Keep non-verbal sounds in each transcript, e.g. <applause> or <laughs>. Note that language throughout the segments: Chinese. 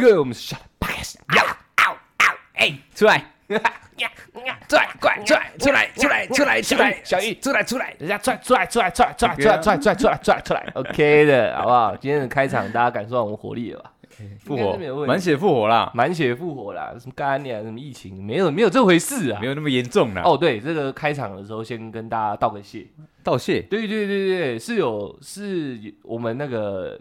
个哎我们 shut up，哎，出来，出来，快出来，出来，出来，出来，出来，小玉出来，出来，人家哎出来出来出来出来出来出来出来出来出来出来出来 <laughs> ，OK 的，好不好？今天的开场大家感受到我们活力了吧？复应该是没有问活，题满血复活啦，满血复活啦，什么干年什么疫情，没有没有这回事啊没。有那么严重啦。哦，对，这个开场的时候先跟大家道个谢。道谢，对对对对，是有是有我们那个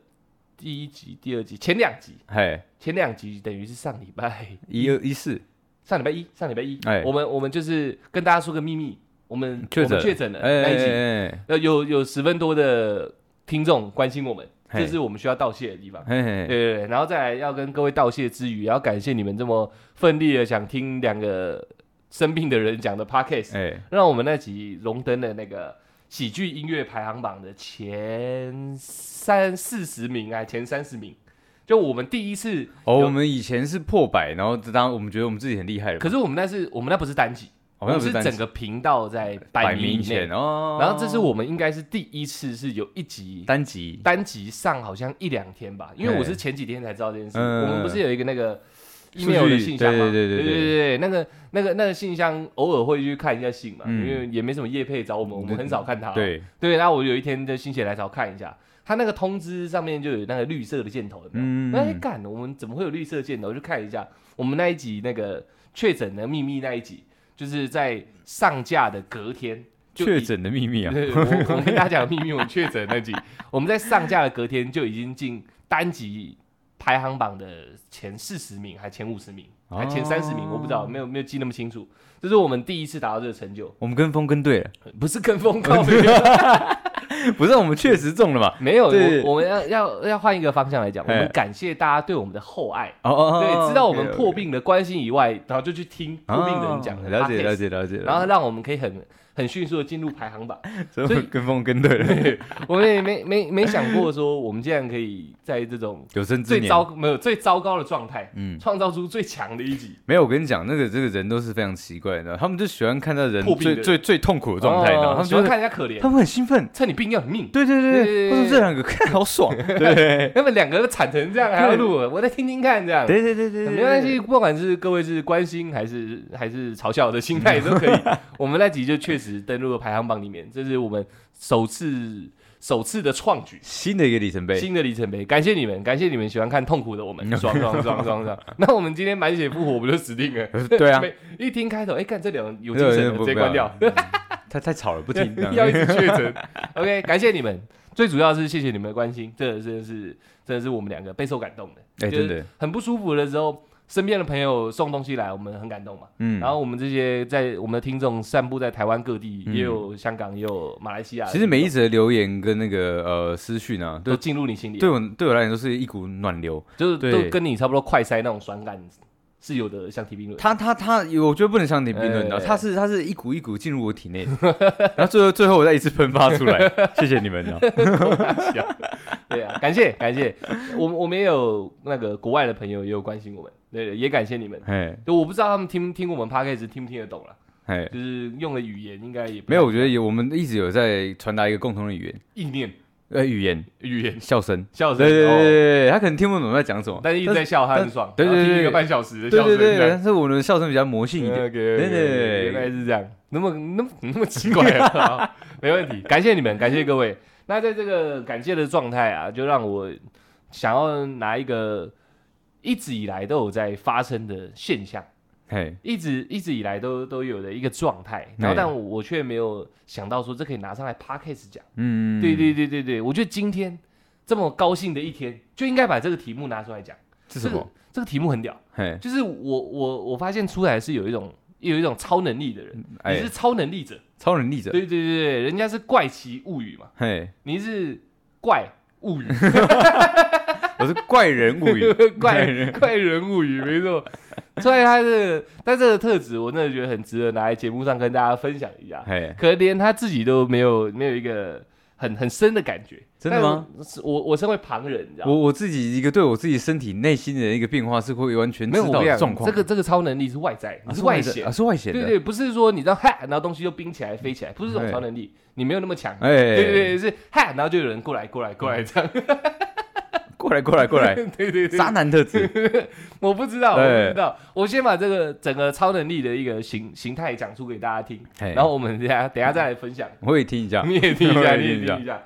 第一集、第二集、前两集，嘿，前两集等于是上礼拜一二一四，上礼拜一，上礼拜一，哎我们我们就是跟大家说个秘密，我们确我们诊，确诊了哎那一集，哎哎呃，有有十分多的听众关心我们，嘿这是我们需要道谢的地方。嘿嘿对嘿，对对，然后再来要跟各位道谢之余，也要感谢你们这么奋力的想听两个生病的人讲的 podcast，、哎，让我们那集荣登了那个喜剧音乐排行榜的前三四十名啊，前三十名。就我们第一次哦，有我们以前是破百，然后当我们觉得我们自己很厉害了嘛，可是我们那是我们那不是单集，好像我们单是整个频道在百百名以名内。前哦，然后这是我们应该是第一次是有一集单集，单集上好像一两天吧，因为嘿我是前几天才知道这件事。我嗯们不是有一个那个数据 email 的信箱吗？对对对对对对对那个那个那个信箱偶尔会去看一下信嘛，嗯因为也没什么业配找我们，我们很少看它。对，对，然后我有一天就心血来潮看一下，它那个通知上面就有那个绿色的箭头，有没有？嗯那哎干，我们怎么会有绿色箭头？就看一下我们那一集那个确诊的秘密那一集，就是在上架的隔天就确已。诊的秘密啊，对，我我跟大家讲秘密，我们确诊那集，我们在上架的隔天就已经进单集排行榜的前四十名，还前五十名，还前三十名，我不知道，没有没有记那么清楚。这是我们第一次达到这个成就，我们跟风跟对了，不是跟风靠背 <laughs> 不是我们确实中了嘛？没有，对我我们要要要换一个方向来讲，我哎们感谢大家对我们的厚爱，哦哦哦，对，知道我们 OK，OK 破病的关心以外，然后就去听破病的人讲哦的了解 podcast，了解了解，然后让我们可以很很迅速的进入排行榜。所所以以跟风跟对了，我们也没没没想过说，我们竟然可以在这种 <laughs> 有生之最年，糟没有最糟糕的状态，嗯，创造出最强的一集。没有，我跟你讲，那个这个人都是非常奇怪的，他们就喜欢看到人破病的最人最最痛苦的状态，然后他哦们喜就欢是看人家可怜他，们很兴奋，趁你病要你命。对对对对对对对，他说这两个看 <laughs> 好爽，对那么两个都惨成这样还要录，我再听听看这样。对对对对，对没关，系，不管是各位是关心还是还是嘲笑我的心态也都可以。 <laughs> 我们那集就确实登录了排行榜里面，这是我们首次首次的创举，新的一个里程碑，新的里程碑。感谢你们，感谢你们喜欢看痛苦的我 <laughs> 们，爽爽爽爽爽。那我们今天满血复活不就死定了？<laughs> 对啊，每一听开头，哎，看这两有精神对了，不直接关掉，不要太太吵了，不听， <laughs> 要一直确 <laughs> 诊。OK，感谢你们，最主要是谢谢你们的关心，这真的是真的是我们两个备受感动的。哎，就是真的，很不舒服的时候，身边的朋友送东西来，我们很感动嘛。嗯，然后我们这些在我们的听众散布在台湾各地，嗯也有香港，也有马来西亚的其听众，实每一则留言跟那个呃私讯啊，都对进入你心里，对我对我来讲都是一股暖流，就是对都跟你差不多快塞那种酸感是有的，像提冰论。他他他，我觉得不能相提并论的，哎他是他是一股一股进入我体内， <laughs> 然后最后最后我再一次喷发出来，谢谢你们啊，对啊， <laughs> 感谢感谢，我们我们也有那个国外的朋友也有关心我们，对，也感谢你们。哎就我不知道他们听听我们 podcast 听不听得懂了，哎，就是用的语言应该也不没有，我觉得有我们一直有在传达一个共同的语言，意念呃，语言语言笑声，笑声，对对对哦对对，他可能听不懂我在讲什么，但是一直在笑，他很爽，对对然后听对一个对半小时的对笑声对对这对，样。但是我们的笑声比较魔性一点，对对对原来是这样，那么那么那么奇怪啊！ <laughs> 好没问题，感谢你们，感谢各位。那在这个感谢的状态啊，就让我想要拿一个一直以来都有在发生的现象，嘿，一直一直以来都都有的一个状态，然后但我我却没有想到说这可以拿上来 podcast 讲。嗯，对，对对对对，我觉得今天这么高兴的一天，就应该把这个题目拿出来讲。是什这个么？？这个题目很屌。嘿，就是我我我发现出来是有一种有一种超能力的人，你哎是，超能力者，超能力者，对对对对，人家是怪奇物语嘛，嘿，你是怪 <laughs> 物语，我是怪人物 <laughs> 语，怪人怪人物语，没错。所以他这个，但这个特质我真的觉得很值得拿来节目上跟大家分享一下，嘿，可能连他自己都没有没有一个很很深的感觉，真的吗？我我身为旁人，你知道吗我我自己一个对我自己身体内心的一个变化是会完全没知有我道跟你的讲状，况这。个这个超能力是外在，啊你是外的显啊，，是外显对的。对，不是说你知道哈，然后东西就冰起来、飞起来，不是这种对超能力，你没有那么强。哎，对对对，是哈，然后就有人过来、过来、过来这样。过来过来过来， <laughs> 哎对对对渣，男 <laughs> 特质，我不知道，我对不知道。我先把这个整个超能力的一个形形态讲出给大家听，嘿然后我们等一下等一下再来分享。我也听一下， <laughs> 你也听一下，哎 <laughs> 我你也也听一下听一下。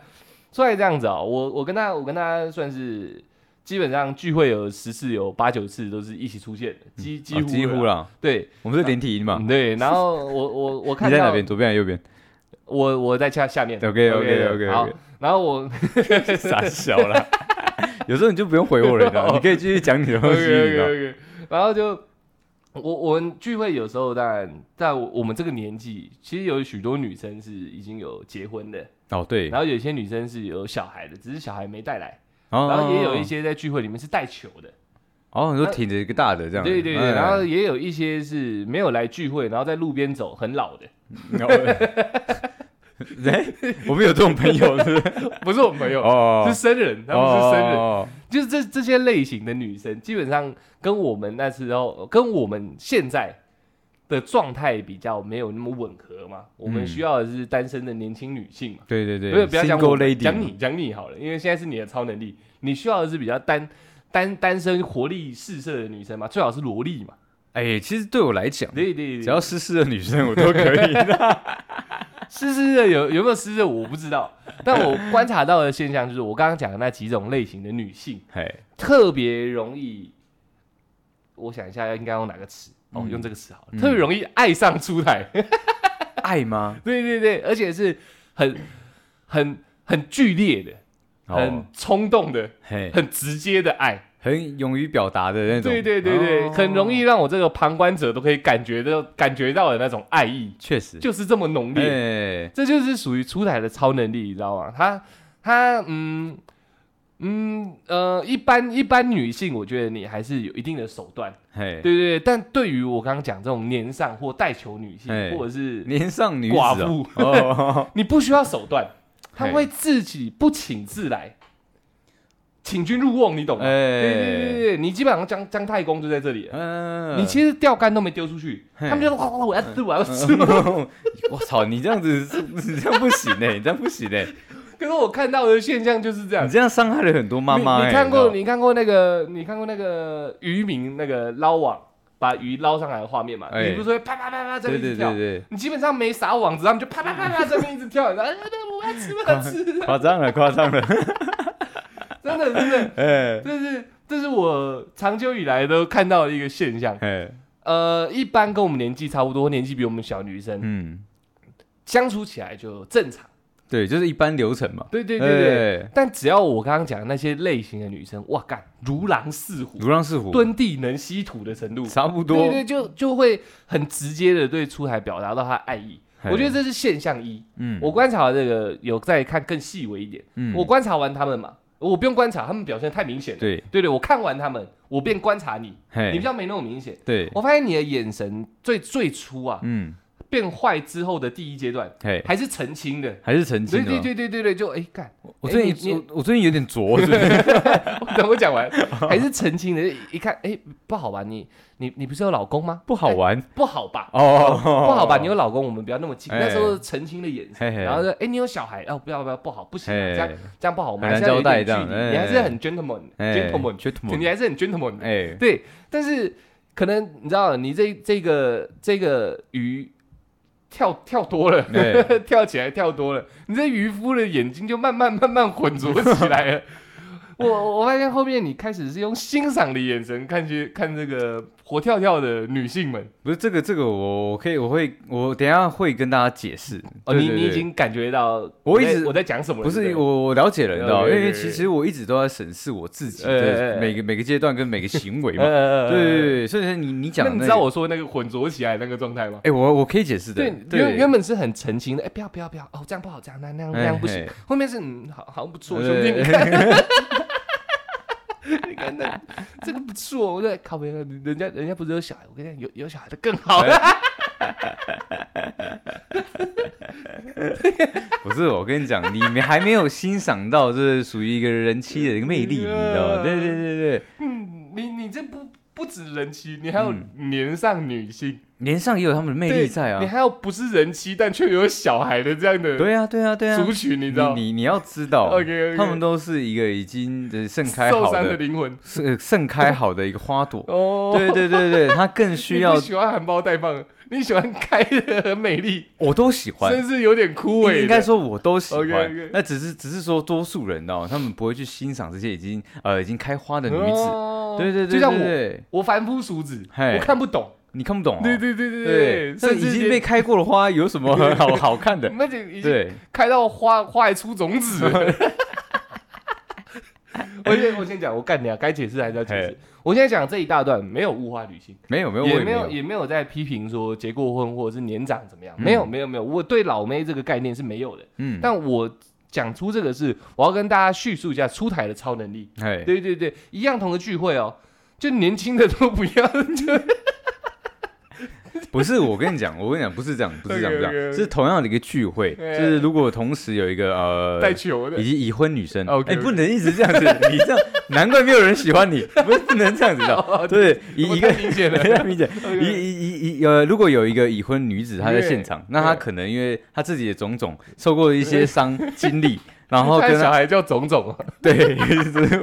所以这样子哦，我我跟他我跟他算是基本上聚会有十次有八九次都是一起出现的，几几哦乎几乎了。啦，对我们是连体音嘛，嗯对，然后我我我啊你看在哪到边？左边还是右边 <laughs> 我我在下下面。 ？OK OK，OK OK <laughs> 好 OK，，然后我 <laughs> 傻笑啦。 <laughs> 有时候你就不用回我了 <laughs> 啦，你可以继续讲你的东西，你 OK 知道 OK OK，然后就我我们聚会有时候，当然在我我们这个年纪，其实有许多女生是已经有结婚的，哦对，然后有些女生是有小孩的，只是小孩没带来，然然后也有一些在聚会里面是带球的，哦，你说挺着一个大的这样，对对对，哎然后也有一些是没有来聚会，然后在路边走，很老的， <laughs> <laughs> 然后哦哎，我们有这种朋友是不 <laughs> 是不是我们朋友。哦是生人，他们是生人，哦就是这这些类型的女生，基本上跟我们那时候，跟我们现在的状态比较没有那么吻合嘛。我们嗯需要的是单身的年轻女性嘛。对对不是，对，不要讲 single 我们 lady，讲你讲你好了，因为现在是你的超能力，你需要的是比较单单单身、活力四射的女生嘛，最好是萝莉嘛。哎，其实对我来讲，对对对，只要湿湿的女生我都可 <laughs> 以。湿湿的有有没有湿热我不知道，但我观察到的现象就是，我刚刚讲的那几种类型的女性。哎，特别容易，我想一下应该用哪个词。哦，嗯用这个词好了，嗯特别容易爱上出台。爱吗？ <laughs> 对对对，而且是很、很、很剧烈的、哦很，冲动的、嘿，很直接的爱。很勇于表达的那种。对对对对，哦很容易，让我这个旁观者都可以感觉到、感觉到的那种爱意，确实。就是这么浓烈。哎，这就是属于出台的超能力，你知道吗？他他嗯嗯呃，一般一般女性，我觉得你还是有一定的手段。嘿，对对对，但对于我刚刚讲这种年上或带球女性哎，或者是年上女子寡啊妇，哦， <laughs> 你不需要手段，她嘿会自己不请自来，请君入瓮，你懂吗？对对对对哎，对，你基本上姜姜太公就在这里了。嗯你其实钓竿都没丢出去，嘿他们就说：“哦，我要吃，我要吃。我嗯操！你这样子是，你这样不行 <laughs> 哎、你这样不行哎、”可是我看到的现象就是这样你。这样伤害了很多妈妈、你欸。你看过你你看过那个你看过那个渔民那个捞网把鱼捞上来的画面嘛？哎你不是会啪啪啪啪知道这样一吗？对对直跳对？对，你基本上没撒网子，他们就啪啪啪啪这边一直跳， <laughs> 然后哎我要吃，我要吃， <laughs> 夸张了，夸张了， <laughs> 真的真的，哎这是这是我长久以来都看到的一个现象。哎，呃，一般跟我们年纪差不多，年纪比我们小女生嗯，相处起来就正常。对，就是一般流程嘛。对对对对。哎但只要我刚刚讲的那些类型的女生，哇干，如狼似虎，如狼似虎，蹲地能吸土的程度，差不多。对对，就就会很直接的对出海表达到她的爱意。嘿我觉得这是现象一。嗯我观察这个有再看更细微一点。嗯我观察完他们嘛，我不用观察，他们表现得太明显了。对对对，我看完他们，我便观察你，你嘿比较没那么明显。对，我发现你的眼神最最初啊，嗯变坏之后的第一阶段嘿，还是澄清的。还是澄对清的对嘛。对对对对，就哎干，我哎最你你近我我最近有点浊，是不是 <laughs> 等我讲完，还是澄清的。一看哎不好吧，你你你不是有老公吗？不好哎，玩不好吧，哦，不好吧，你有老公，我们不要那么近。哎那时候澄清的眼神，嘿嘿，然后说哎你有小孩，哦不要不要不好不行啊，哎这样这样不好，我们很还难是要有一点距交代这离。样你还是哎很 gentleman 哎 gentleman gentleman，你还是很 gentleman 的。哎对，但是可能你知道，你这这个这个鱼跳跳多了，哎 <laughs> 跳起来跳多了，你这渔夫的眼睛就慢慢慢慢浑浊起来了。我我我发现后面你开始是用欣赏的眼神看去看这个活跳跳的女性们，不是这个这个我我可以我会我等一下会跟大家解释。哦，对你对你已对经感觉到我一在直我在讲什么了，不是对哦我，我了解了，你知道吗，因 OK，OK，OK 为其实我一直都在审视我自己 <laughs> 哎哎的哎每个每个阶段跟每个行为对嘛。 <laughs> 呃对对对，对所以你你讲那的你那知道个，我说那个浑浊起来的那个状态吗？哎，我我可以解释的对，，原原本是很澄清的，哎，不要不要不要，哦，这样不好，这样那那样那样不行哎。后面是嗯，好好像不错，对兄弟，对你看，你看那这个不错，我在靠边，人家人家不是有小孩，我跟你讲，有有小孩的更好哎 <laughs> 了。不是我跟你讲，你们还没有欣 <laughs> 赏到这属于一个人妻的一个魅力，你知道吗？对对对对，嗯，你你这不不止人妻，你还有嗯年上女性，年上也有他们的魅对力在你啊。还有不是人妻但却有小孩的这样的对啊，对啊，对啊。族群，你你知道？你你要知道 <laughs> OK，OK 他们都是一个已经呃盛开受好伤的的、灵魂盛盛开好的一个 <laughs> 花朵。哦，对对对对，他更需你要不，喜欢含苞待放，你喜欢开的很美丽，我都喜欢。甚至有点枯萎的。应该说我都喜欢 OK，OK 那只是只是说多数人哦，他们不会去欣赏这些已经呃已经开花的女子。哦对对就对，像对我，对我凡夫俗子，嘿我看不懂。你看不懂、哦。对对对对对，这甚已至经被开过的花有什么好好看的？那就 <laughs> 已经对，开到花花还出种 <laughs> 子了。我先我先讲，我干你啊，该解释还是要解释嘿。我现在讲这一大段没有物化女性，没有没有，我也没没有有，也没有在批评说结过婚或者是年长怎么样，嗯没有没有没有，我对老妹这个概念是没有的。嗯，但我讲出这个是我要跟大家叙述一下出台的超能力。哎，对对对，一样同个聚会哦，就年轻的都不要，就 <laughs> 不是我跟你讲，我跟你讲，不是这样，不是这样，不是这样， OK，OK，OK 是同样的一个聚会，就哎是如果同时有一个呃带球的 <laughs> 以。及已婚女生，哎， OK，OK 不能一直这样子，你这样难怪没有人喜欢你，不是不能这样子 <laughs> 的，对，以我一个哦太明显了，很明显， <laughs> OK 以以以以呃，如果有一个已婚女子她在对现场，那她对可能因为她自己的种种受过一些伤经历， <laughs> <laughs> 然后他跟的小她孩叫种种 <laughs> 啊，对， <laughs> 就是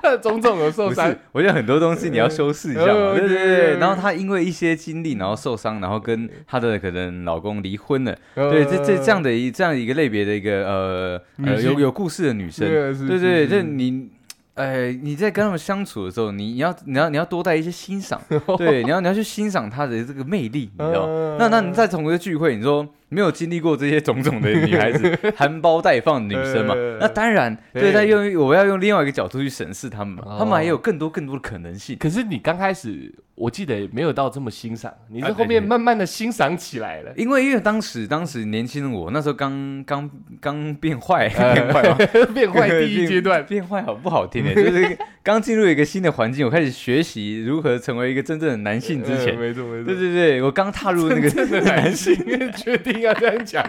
他的种种有受不伤是，，我觉得很多东西你要修饰一下嘛，呃对对对对。对然后她因为一些经历，然后受伤，然后跟她的可能老公离婚了，呃对，这这这样的一这样一个类别的一个呃女呃性有有故事的女生，是是对是对，是这你。哎，你在跟他们相处的时候，你你要你要你要多带一些欣赏，对，你要你要去欣赏她的这个魅力，你知道？嗯哦那那你在同一个聚会，你说没有经历过这些 <laughs> 种种的女孩子含苞待放的女生嘛呃？那当然，对，对在用我要用另外一个角度去审视她们嘛，哦她们还有更多更多的可能性。可是你刚开始，我记得没有到这么欣赏，你啊是对后面对慢慢的欣赏起来了。因为因为当时当时年轻的我那时候刚刚刚变坏变坏嘛，哎 <laughs> 变坏第一阶段，变坏好不好听呢？就是刚进入一个新的环境，我开始学习如何成为一个真正的男性之呃前，没错没错，对对对，我刚踏入那个真的男 <laughs> 性确定要这样讲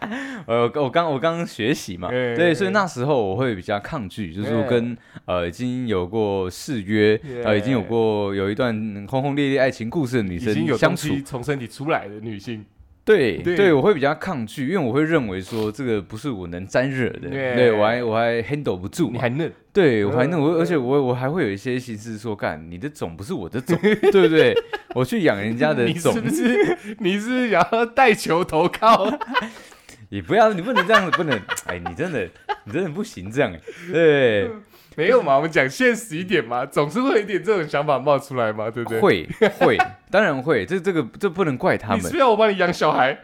哎，呃，我刚我刚学习嘛，哎对，所以那时候我会比较抗拒，就是哎跟呃已经有过誓约，呃已经有过有一段轰轰烈烈爱情故事的女已生经有相东处西，从身体出来的女性，对对对，我会比较抗拒，因为我会认为说这个不是我能沾惹的，哎对我还我还 handle 不住你嘛，还嫩，对我还那嗯我对而且我我还会有一些心思说，干你的种不是我的种，对不对？我去养人家的 <laughs> 你是种不，是 <laughs> 你是不是想要带球投靠？你不要你不能这样子，不能， <laughs> 哎，你真的你真的不行这样，哎 <laughs> 对。没有嘛，我们讲现实一点嘛，总是会有一点这种想法冒出来嘛，对不对？会 <laughs> 会，当然会，这这个这不能怪他你是不们是。要我帮你养小孩？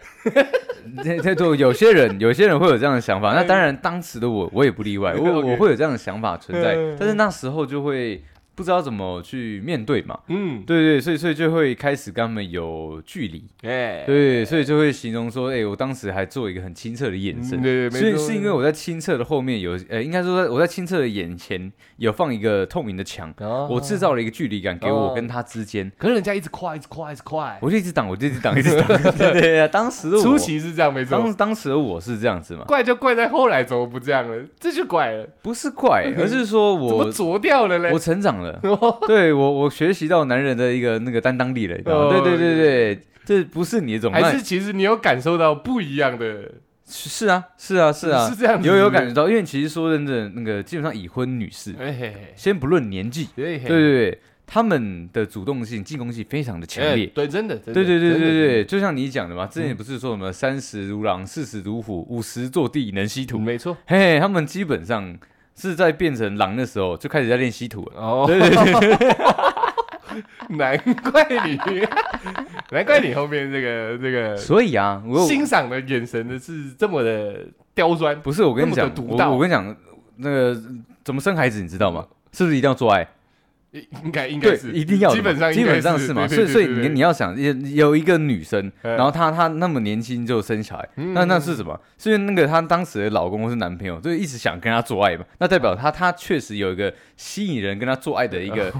<laughs> 这这都有些人有些人会有这样的嗯想法，那当然当时的我我也不 <laughs> 例外，我 OK 我会有这样的想法存在嗯，但是那时候就会不知道怎么去面对嘛。嗯，对对，所以所以就会开始跟他们有距离，哎，对，所以就会形容说，哎、我当时还做一个很清澈的眼神，嗯对对没所以错是因为我在清澈的后面有，呃，应该说在我在清澈的眼前有放一个透明的墙，哦我制造了一个距离感给我哦跟他之间，可是人家一直快，一直快，一直快。 <laughs> 我就一直挡，我就一直 <laughs> 挡，一直挡。对对对，当时的我初，期是这样没错，当当时的我是这样子嘛，怪就怪在后来怎么不这样了，这就怪了，不是 <laughs> 怪，而是说怎么我浊掉了嘞哦我？成长了，对我我学习到男人的一个那个担当力了，你知道吗？哦对对对对，这不是你的种，还那是其实你有感受到不一样的？是是啊是啊是啊，是这样子有有感觉到，因为其实说真的，那个基本上已婚女士，哎嘿先不论年纪，嘿，对对对对，她们的主动性、进攻性非常的强烈。哎对，真的，真的对对对真的对真的对，就像你讲的嘛，之前不是说什么三十如狼，四十如虎，五十坐地能吸土，没错。嘿，他们基本上是在变成狼的时候就开始在练习土了。哦，对对对， <laughs> 难怪你， <laughs> 难怪你后面这个这个所以啊，我欣赏的眼神的是这么的刁钻，不是我跟你那么讲的，独到我我跟你讲，那个怎么生孩子你知道吗？是不是一定要做爱？应该应该对，是一定要的嘛，基本上基应该本上是嘛。对所以对所以对你对你要想，有有一个女生，嗯然后她她那么年轻就生小孩，嗯那那是什么？是因为那个她当时的老公或是男朋友，就一直想跟她做爱嘛。那代表她她确实有一个吸引人跟她做爱的 <laughs> 一个，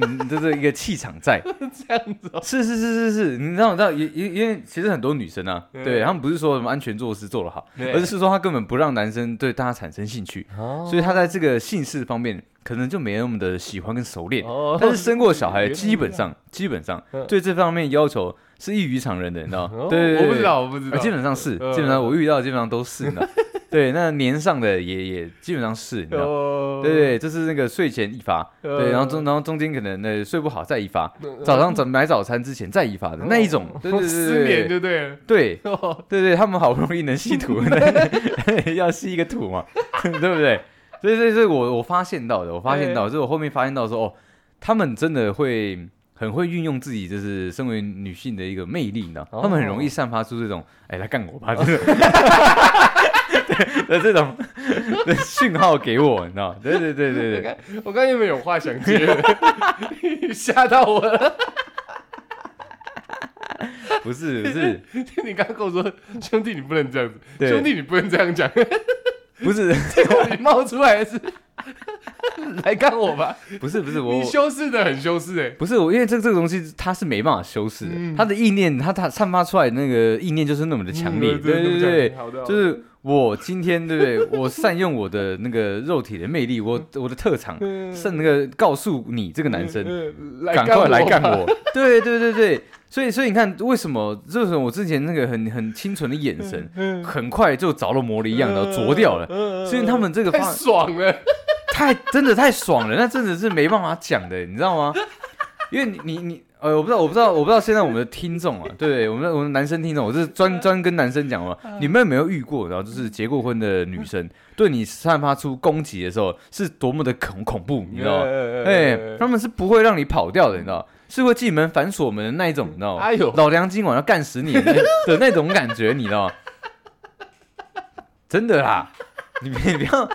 嗯，就是一个气场在。这 <laughs> 样子哦，是是是是是，你知道你知道，因因因为其实很多女生啊，嗯对她们不是说什么安全措施做得好，对哦哦而是说她根本不让男生对大家产生兴趣，所以她在这个性事方面可能就没那么的喜欢跟熟练。哦 <laughs> 但是生过小孩，原来基本上基本上嗯对这方面要求是异于常人的，你知道吗哦？对，对我不知。对道，我不知啊道，基本上是，呃基本上我遇到的基本上都是，你知 <laughs> 道对，那年上的也也基本上是，你知道，哦，对对，就是那个睡前一发，呃对，然后中然后中间可能呃睡不好再一发， <laughs> 早上早买早餐之前再一发的那 <laughs> 一种，对对对哦失对眠对就对了。对哦对对，他们好不容易能吸 <laughs> 土， <laughs> 要吸一个土嘛， <laughs> 对不对？所以所以所以我我发现到的，我发现哎到，就是我后面发现到说，哦，他们真的会很会运用自己，就是身为女性的一个魅力，你知道，哦他们很容易散发出这种，哎，来干我 <laughs> 吧，这种。的这种的讯号给我，你知道？对对对 <laughs> 对对，我刚原本有话想接 <laughs> 的，吓到我了。 <laughs> 不是不是你刚刚跟我说，兄弟你不能这样子，对兄弟你不能这样讲，<laughs> 不是结果你冒出来的是来干我吧， <laughs> 不是不是我 <laughs> 你修饰的很修饰哎。不是我，因为这这个东西它是没办法修饰的，嗯它的意念，它它散发出来的那个意念就是那么的强烈，嗯对对这么对讲好的，好的就是我今天对不对？我 <laughs> 善用我的那个肉体的魅力，我我的特长，嗯甚那个告诉你这个男生，嗯赶快来干吧我，对对对对，所以所以你看为什么为什么我之前那个很很清纯的眼神，嗯很快就着了魔了 <laughs> 一样，然后灼掉了，了所以他们这个嗯太方爽了，太真的太爽了，那真的是没办法讲的，你知道吗？因为你你你呃，我不知道，我不知道，我不知道现在我们的听众啊，对我们的我们的男生听众，我是专专跟男生讲嘛，你们有没有遇过，然后就是结过婚的女生对你散发出攻击的时候，是多么的恐恐怖，你嗯知道吗？哎、他们是不会让你跑掉的，你知道吗，是会进门反锁门的那一种，你知道吗？哎呦 <laughs> 老娘今晚要干死 <laughs> 你的那的那种感觉，你知道吗？真的啦，你别不要，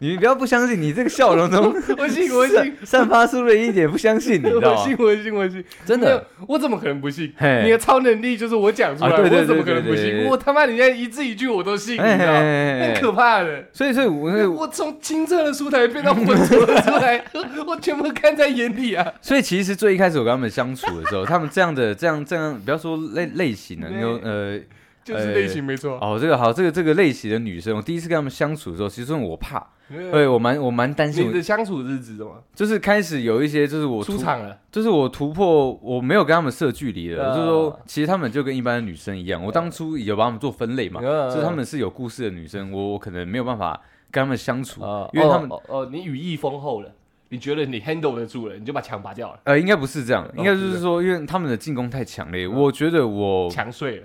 你不要不相信，你这个笑容中我信我信散。散发出了一点不相信，你知我道吗信？我信我信，真没有的，，我怎么可能不信？嘿你的超能力就是我讲出来，啊对对我怎么可对能对不对哎信？对我他妈，人家一字一句我都信，你知道吗？很可怕的。所以，所以我所以我我从清澈的书台变到浑浊的书台， <laughs> 我全部看在眼里啊！所以其实最一开始我跟他们相处的时候，他们这样的这样这样，不要说类类型的，对你说呃就是类型没错。哦这个好这个这个类型的女生，我第一次跟他们相处的时候，其实我怕，对对，我蛮我蛮担心，你我的相处日子怎么？就是开始有一些就是我出突场了，就是我突破，我没有跟他们设距离了，呃就是说，其实他们就跟一般的女生一样，我当初有把他们做分类嘛，呃就是他们是有故事的女生，我我可能没有办法跟他们相处，哦因为他们、哦哦，哦你语义丰厚了，你觉得你 handle 得住了，你就把墙拔掉了，呃，应该不是这样，哦应该就是说，因为他们的进攻太强烈，我觉得我墙碎了，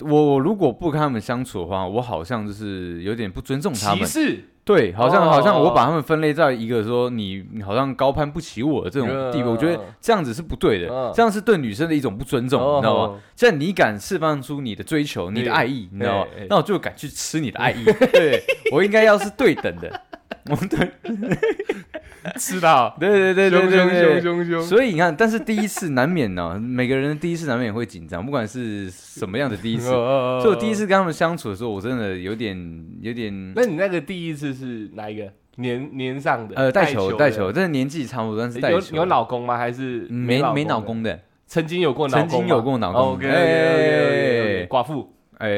我我如果不跟他们相处的话，我好像就是有点不尊重他歧们，视对，好像哦好像我把他们分类在一个说你你好像高攀不起我的这种地位，呃我觉得这样子是不对呃的，这样是对女生的一种不尊重，你知道吗？？这样你敢释放出你的追求、你的爱意，你知道吗哦对？那我就敢去吃你的爱意。 <laughs> 对，我应该要是对等的。我对知道， <laughs> 对对对凶凶对凶对凶对。凶，所以你看，但是第一次难免呢、每个人的第一次难免会紧张，不管是什么样的第一次。所所以我第一次跟他们相处的时候，我真的有点有点那你那个第一次是哪一个？年年上的？呃带球的带球，但是年纪差不多，但是带有球有老公吗？还是嗯没老没脑的？公的，曾经有过脑公曾吗，经有过脑公 OK OK 哎寡妇哎、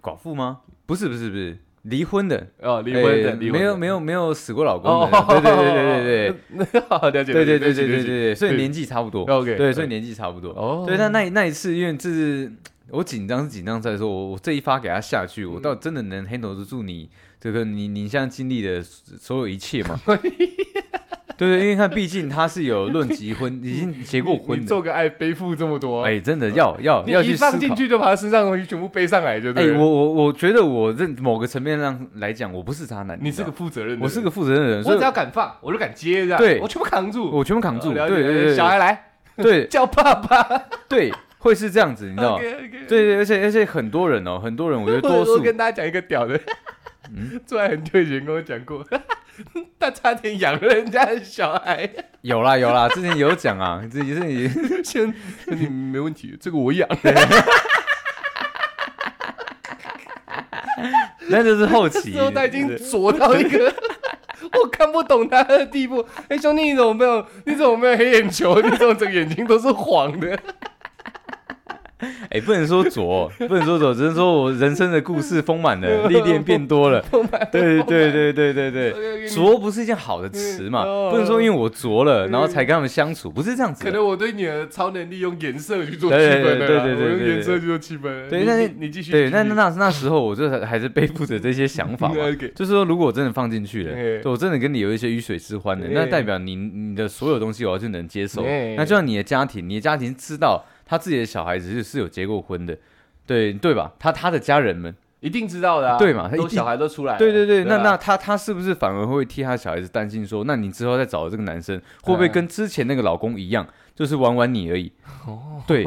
寡妇吗？不是不是不是，离婚的，哦，离婚的，哎离婚的没有没有没有死过老公哦的，，对对对对对对。对， <laughs> 好了解，对对了解对对对对，了解对所以年纪差不多。 OK，对，所以年纪差不多。哦，对，但那那一次，因为这是我紧张是紧张在说，我我这一发给他下去，我到底真的能 handle 得住你这个你你现在经历的所有一切吗？对对，因为看，毕竟他是有论及婚，已经结过你婚的做。个爱背负这么多，哎，真的要要你要一去思放进考。去就把他身上的东西全部背上来，就哎对，了。我我我觉得我认某个层面上来讲，我不是渣男，你是知道个负责任的人，我是个负责任的人，所我以只要敢放，我就敢接，这样，对我全部扛住，哦我全部扛住。了对解哎对对小对孩来对叫爸爸，对，会是这样子，你知道吗？ <laughs> OK，OK 对对，而且而且很多人哦，很多人，我觉得我多我数嗯跟大家讲一个屌的， <laughs> 坐在很久以前跟我讲过， <laughs> 他差点养了人家的小孩。 <laughs> 有啦有啦，之前有讲啊， <laughs> 这也是你先，你没问题，这个我养。那就是后这期时候他已经左到一个我看不懂他的地步。哎、兄弟，你 <laughs> 怎么没有？你怎么没有黑眼球？你怎么整个眼睛都是黄的？哎、不能说左，不能说左，只能说我人生的故事丰 <laughs> 满了，历练变多了。对对对对对对，对浊不是一件好的词嗯嘛，哦不能说因为我浊了，然后才跟他们相处，不是这样子可的。能我对你的超能力用颜色去做气对对氛了啦，对对对对我用对颜色去做气氛了。对你但是你你继续对，那继 <laughs> 那续那那时候我就还还是背负着这些想法嘛 OK <laughs> 就是说，如果我真的放进去了，哎对我真的跟你有一些鱼水之欢的，哎那代表你你的所有东西我是能接受哎。那就像你的家庭，你的家庭知道他自己的小孩子是是有结过婚的，对对吧？他他的家人们，一定知道的啊，对嘛他一都定小孩都出来了，对对对，那啊那他他是不是反而会替他小孩子担心说，那你之后再找的这个男生会不哎会跟之前那个老公一样，就是玩玩你而已？哦， <laughs> 对，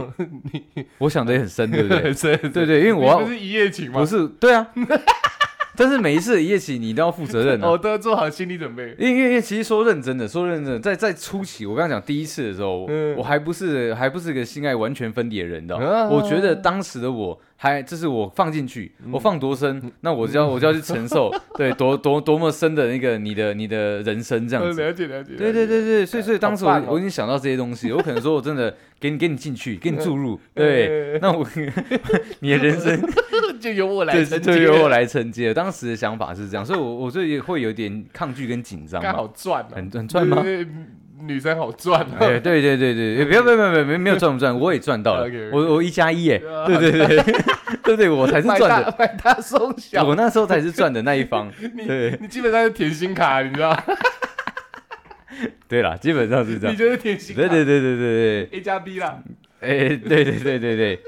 我想的也很深，对不对？是，对对，因为我我要不是一夜情吗？不是对啊， <laughs> 但是每一次的一夜情你都要负责任哦，啊。都要做好心理准备。因为因为因为其实说认真的，说认真的，在在初期，我刚刚讲第一次的时候，我嗯我还不是还不是个性爱完全分裂的人，你知道吗啊我觉得当时的我还，这是我放进去，我放多嗯深，那我就要我就要去承受，对，多多多么深的那个你的你的人生这样嗯子。了解了解，对对对对，所以所以当时我好棒哦我已经想到这些东西，我可能说我真的给你给你进去，给你注嗯入， <laughs> 对，那我 <laughs> 你的人生对，就由我来对，承就接，由我来承接。当时的想法是这样，所以我我这也会有点抗拒跟紧 <laughs> 张干嘛好，赚啊，很 <laughs> 很赚吗？对？对对女生好赚啊，哎，对对对对，不要不要不要不要没没有赚不赚，我也赚 <laughs> 到了 OK，OK，我我一加一哎，对啊对对对对对，我才是买赚大的，买大送小，我那时候才是赚的那一方，你对你基本上是甜心卡，你知道吗？对啦，基本上是这你样，就是甜心卡，对对对对对对， A 加 B 啦，哎，对对对对对。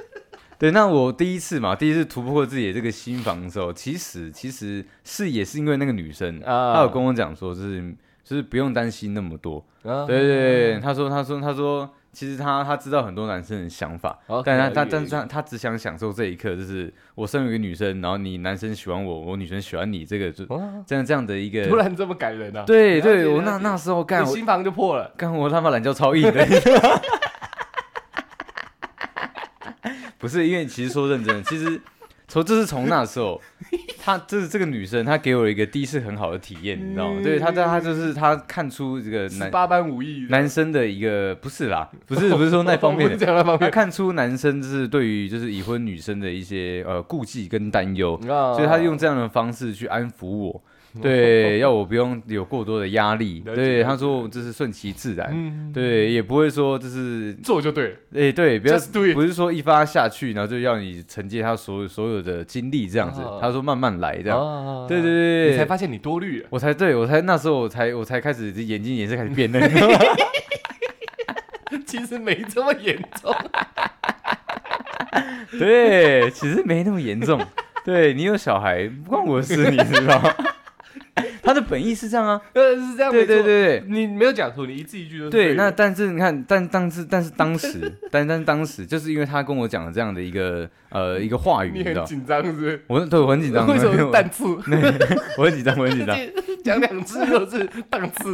对，那我第一次嘛，第一次突破自己的这个心房的时候，其实其实是也是因为那个女生，啊她有跟我讲说，就是就是不用担心那么多，对对对嗯对，他说他说他说，其实他他知道很多男生的想法 OK，但是他了但解他他只想享受这一刻，就是我身为一个女生，然后你男生喜欢我，我女生喜欢你，这个就哦这样这样的一个突，然这么感人啊！对了解对，我了解那那时候干你我心房就破了，干我他妈懒觉超硬的。 <laughs> 不是因为其实说认真的，其实从这是从那时候，她这是这个女生，她给我一个第一次很好的体验，你知道吗？对她，她她就是她看出这个十男八般武艺，男生的一个不是 <laughs> 啦，不是不是说那方面的，讲那方他面，看出男生就是对于就是已婚女生的一些呃顾忌跟担忧，啊所所以他用这样的方式去安抚 <laughs> 我，对，要我不用有过多的压力，了解对，了他说我这是顺其自然，嗯对，也不会说就是做就对了，哎对，不要 Just do it 不是说一发下去，然后就要你承接他所有所有的经历这样子哦，他说慢慢来这样，哦对对对对，你才发现你多虑啊了。我才对我才那时候我才我才开始眼睛颜色开始变嫩。 <laughs> 其实没这么严重， <laughs> <laughs> 对，其实没那么严重。对你有小孩不关我的事，你知道吗？ <laughs> 他的本意是这样啊，呃，是这样对没错。对对对你没有讲错，你一字一句都是对。的那但是你看，但但是但是当时，但但当时就是因为他跟我讲了这样的一个呃一个话语，你你知很道，紧张是不是？我对我很紧张，为什么是我档次？ <laughs> 我很紧张，我很紧张，讲两次都是档 <laughs> 次，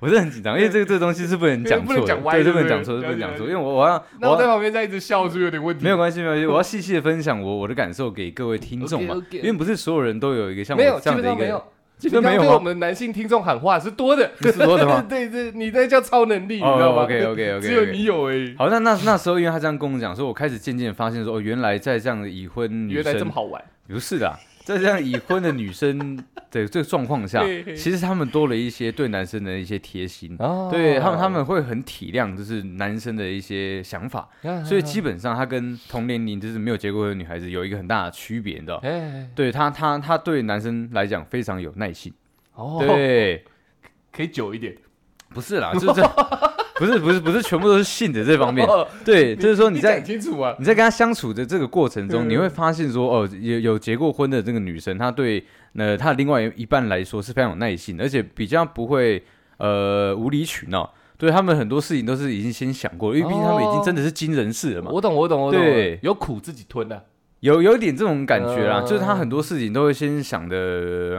我是很紧张，因为这个这个东西是不能讲不错能的，讲歪对，对是不不能对讲错，是不了能解讲了错，因解为我我要那我我在要旁边这样一直笑，是不是有点问题？没有关系没有关系，我要细细的分享我我的感受给各位听众嘛， OK，OK 因为不是所有人都有一个像没有，我基这样本的一上没个有。基本上没有你刚刚对我吗们男性听众喊话是多的，哦你是多的吗 <laughs> 对对，你那叫超能力，你知道吗 OK OK <laughs> OK，只有你有哎，好，那那那时候，因为他这样跟我讲，说我开始渐渐发现说，哦，原来在这样的已婚女原生，来这么好玩，不是啦，在这样已婚的女生 <laughs> 的这个状况下嘿嘿，其实他们多了一些对男生的一些贴心，哦对他们他们会很体谅，就是男生的一些想法，们所以基本上他跟同年龄就是没有结过婚的女孩子有一个很大的区别，你知道。哎，对他，他他对男生来讲非常有耐心。哦，对，可以久一点，不是啦，就是这 <laughs> 不是不是不是全部都是性的这方面。哦对， <laughs> 就是说你在讲清楚啊，你在跟他相处的这个过程中，嗯你会发现说，哦，有有结过婚的这个女生，她对呃她的另外一半来说是非常有耐心，而且比较不会呃无理取闹。对他们很多事情都是已经先想过，因为毕竟他们已经真的是经人事了嘛，我懂我懂我懂，对有苦自己吞啊，有有一点这种感觉啦，嗯就是他很多事情都会先想的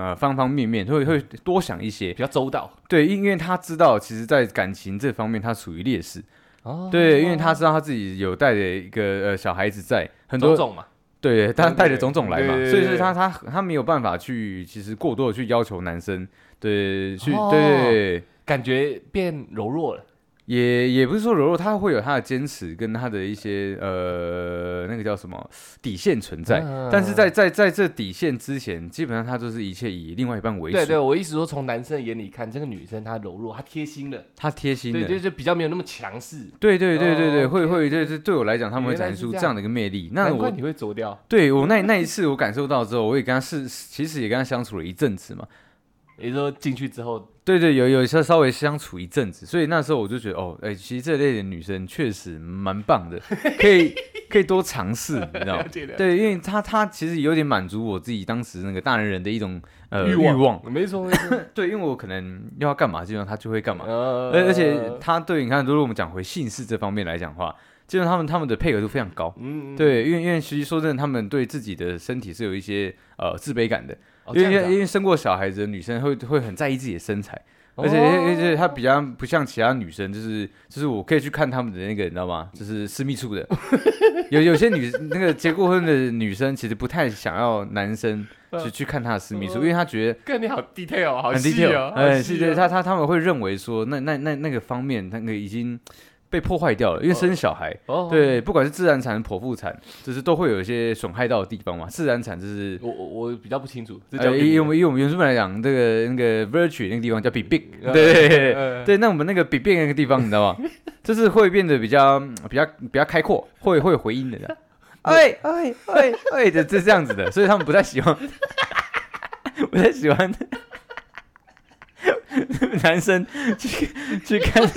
呃方方面面，会会多想一些比。较周到，对，因因为他知道，其实，在感情这方面，他属于劣势。哦，对，因为他知道他自己有带着一个呃小孩子在，很多种种嘛，对他对带着种种来嘛，对对对所以说他他他没有办法去，其实过多的去要求男生，对，去、哦对，感觉变柔弱了，也也不是说柔柔，他会有他的坚持跟他的一些呃那个叫什么底线存在，嗯但是在在在这底线之前，基本上他就是一切以另外一半为主，对对，我意思说，从男生的眼里看，这个女生她柔弱，她贴心了，他贴心的对，，就就比较没有那么强势。对对对对对，哦会 OK 会对对，对我来讲，他们会原来展是出这这样样的一个魅力。那难我怪你会走掉，对我那那一次我感受到之后，我也跟他是其实也跟他相处了一阵子嘛。也就是说进去之后，对对，有有稍稍微相处一阵子，所以那时候我就觉得哦，哎、其实这类的女生确实蛮棒的，可以可以多尝试，你知道吗 <laughs> 了？解了对，因为她她其实有点满足我自己当时那个大男人的一种呃欲望望，没错没错。对，因为我可能要干嘛，基本上她就会干 <laughs> 嘛。呃而而且她对你看，如果我们讲回姓氏这方面来讲的话，基本上他们他们的配合度非常高。嗯，对，因为因为其实说真的，他们对自己的身体是有一些呃自卑感的，哦因为这因样为子因为生过小孩子的女生会会很在意自己的身材，哦而且而且她比较不像其他女生，就是就是我可以去看她们的那个，你知道吗？就是私密 <laughs> 处的，有有些女那个结过婚的女生其实不太想要男生去去看她的私密处，因为她觉得啊，看你好 detail，哦好很细 detail，哦，哎，细是哦对，她她他们会认为说那那那那个方面那个已经被破坏掉了，因为生小孩。哦，对，不管是自然产、剖腹产，就是都会有一些损害到的地方嘛。自然产就是，我我我比较不清楚，这叫呃，比例以我们以我们原著本来讲，这个那个 virtue 那个地方叫 be big， <laughs> 呃对对对呃对，那我们那个 be big 那个地方，你知 <laughs> 道吗？就是会变得比较嗯比较比较开阔，会会有回音 <laughs> 的这样，哎哎 <laughs> 哎哎的，这这样子的，所以他们不 <laughs> 太喜欢，不太喜欢 <laughs> 男生去去看 <laughs>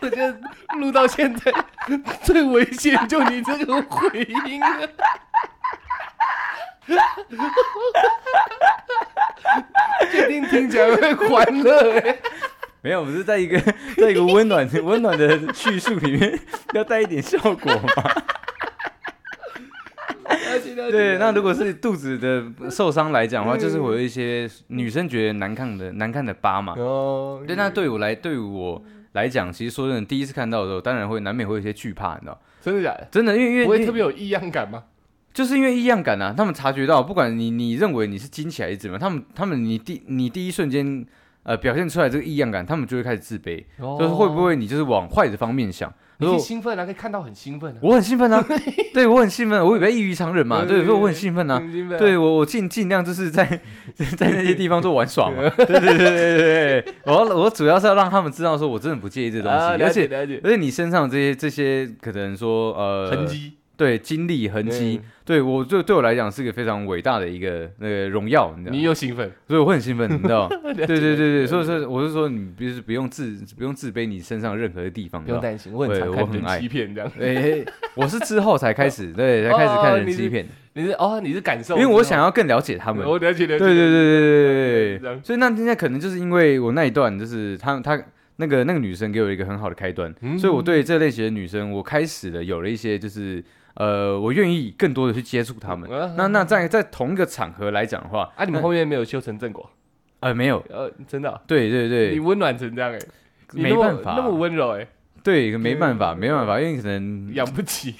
我觉得录到现在最危险就你这个回音啊 <laughs> 了。确定听起来会欢乐哎、没有，我们是在一个在一个温暖的温暖的叙述里面，要带一点效果嘛。了解了解对，那了解如果是肚子的受伤来讲的嗯话，就是会有一些女生觉得难看的难看的疤嘛。哦，对，那对我来对我来讲，其实说真的，第一次看到的时候，当然会难免会有一些惧怕，你知道？真的假的？真的，因为因为不因会为特别有异样感吗？就是因为异样感啊，他们察觉到，不管你你认为你是惊喜还是怎么样，他们他们你第你第一瞬间呃表现出来这个异样感，他们就会开始自卑，就是会不会你就是往坏的方面想。哦你如可以果兴奋啊？可以看到很兴奋啊，我很兴奋啊， <laughs> 对我很兴奋，啊我比较异于常人嘛，对对，对所以我很兴奋啊。很兴奋啊对我，我尽尽量就 <laughs> 是在在那些地方做玩耍嘛。对对对对对对，我要我主要是要让他们知道说我真的不介意这东西，啊而了解且了解而且你身上这些这些可能说呃痕，迹对经历痕迹嗯，对我对对我来讲是一个非常伟大的一个那个荣耀，你知道你吗，又兴奋，所以我会很兴奋，你知 <laughs> 道吗。对对对对对，所以说我是说你就是不用自不用自卑你身上任何的地方，你不知道用吗担心，我很常对我看很人爱欺骗这样。哎、嘿我是之后才 <laughs> 开始，对，才开始看人欺骗，哦你是哦，你是感受，因为我想要更了解他们。我了解了解，对对对对对这样对，所以那今天可能就是因为我那一段，就是他他那个那个女生给我一个很好的开端，嗯所以我对这类型的女生，我开始了有了一些就是呃，我愿意更多的去接触她们。啊那那在在同一个场合来讲的话，啊，你们后面没有修成正果，呃没有，呃，真的啊，对对你对，温暖成这样哎，你没那么办法啊那，么温柔哎，对，没办法，没办法，因为可能养不起，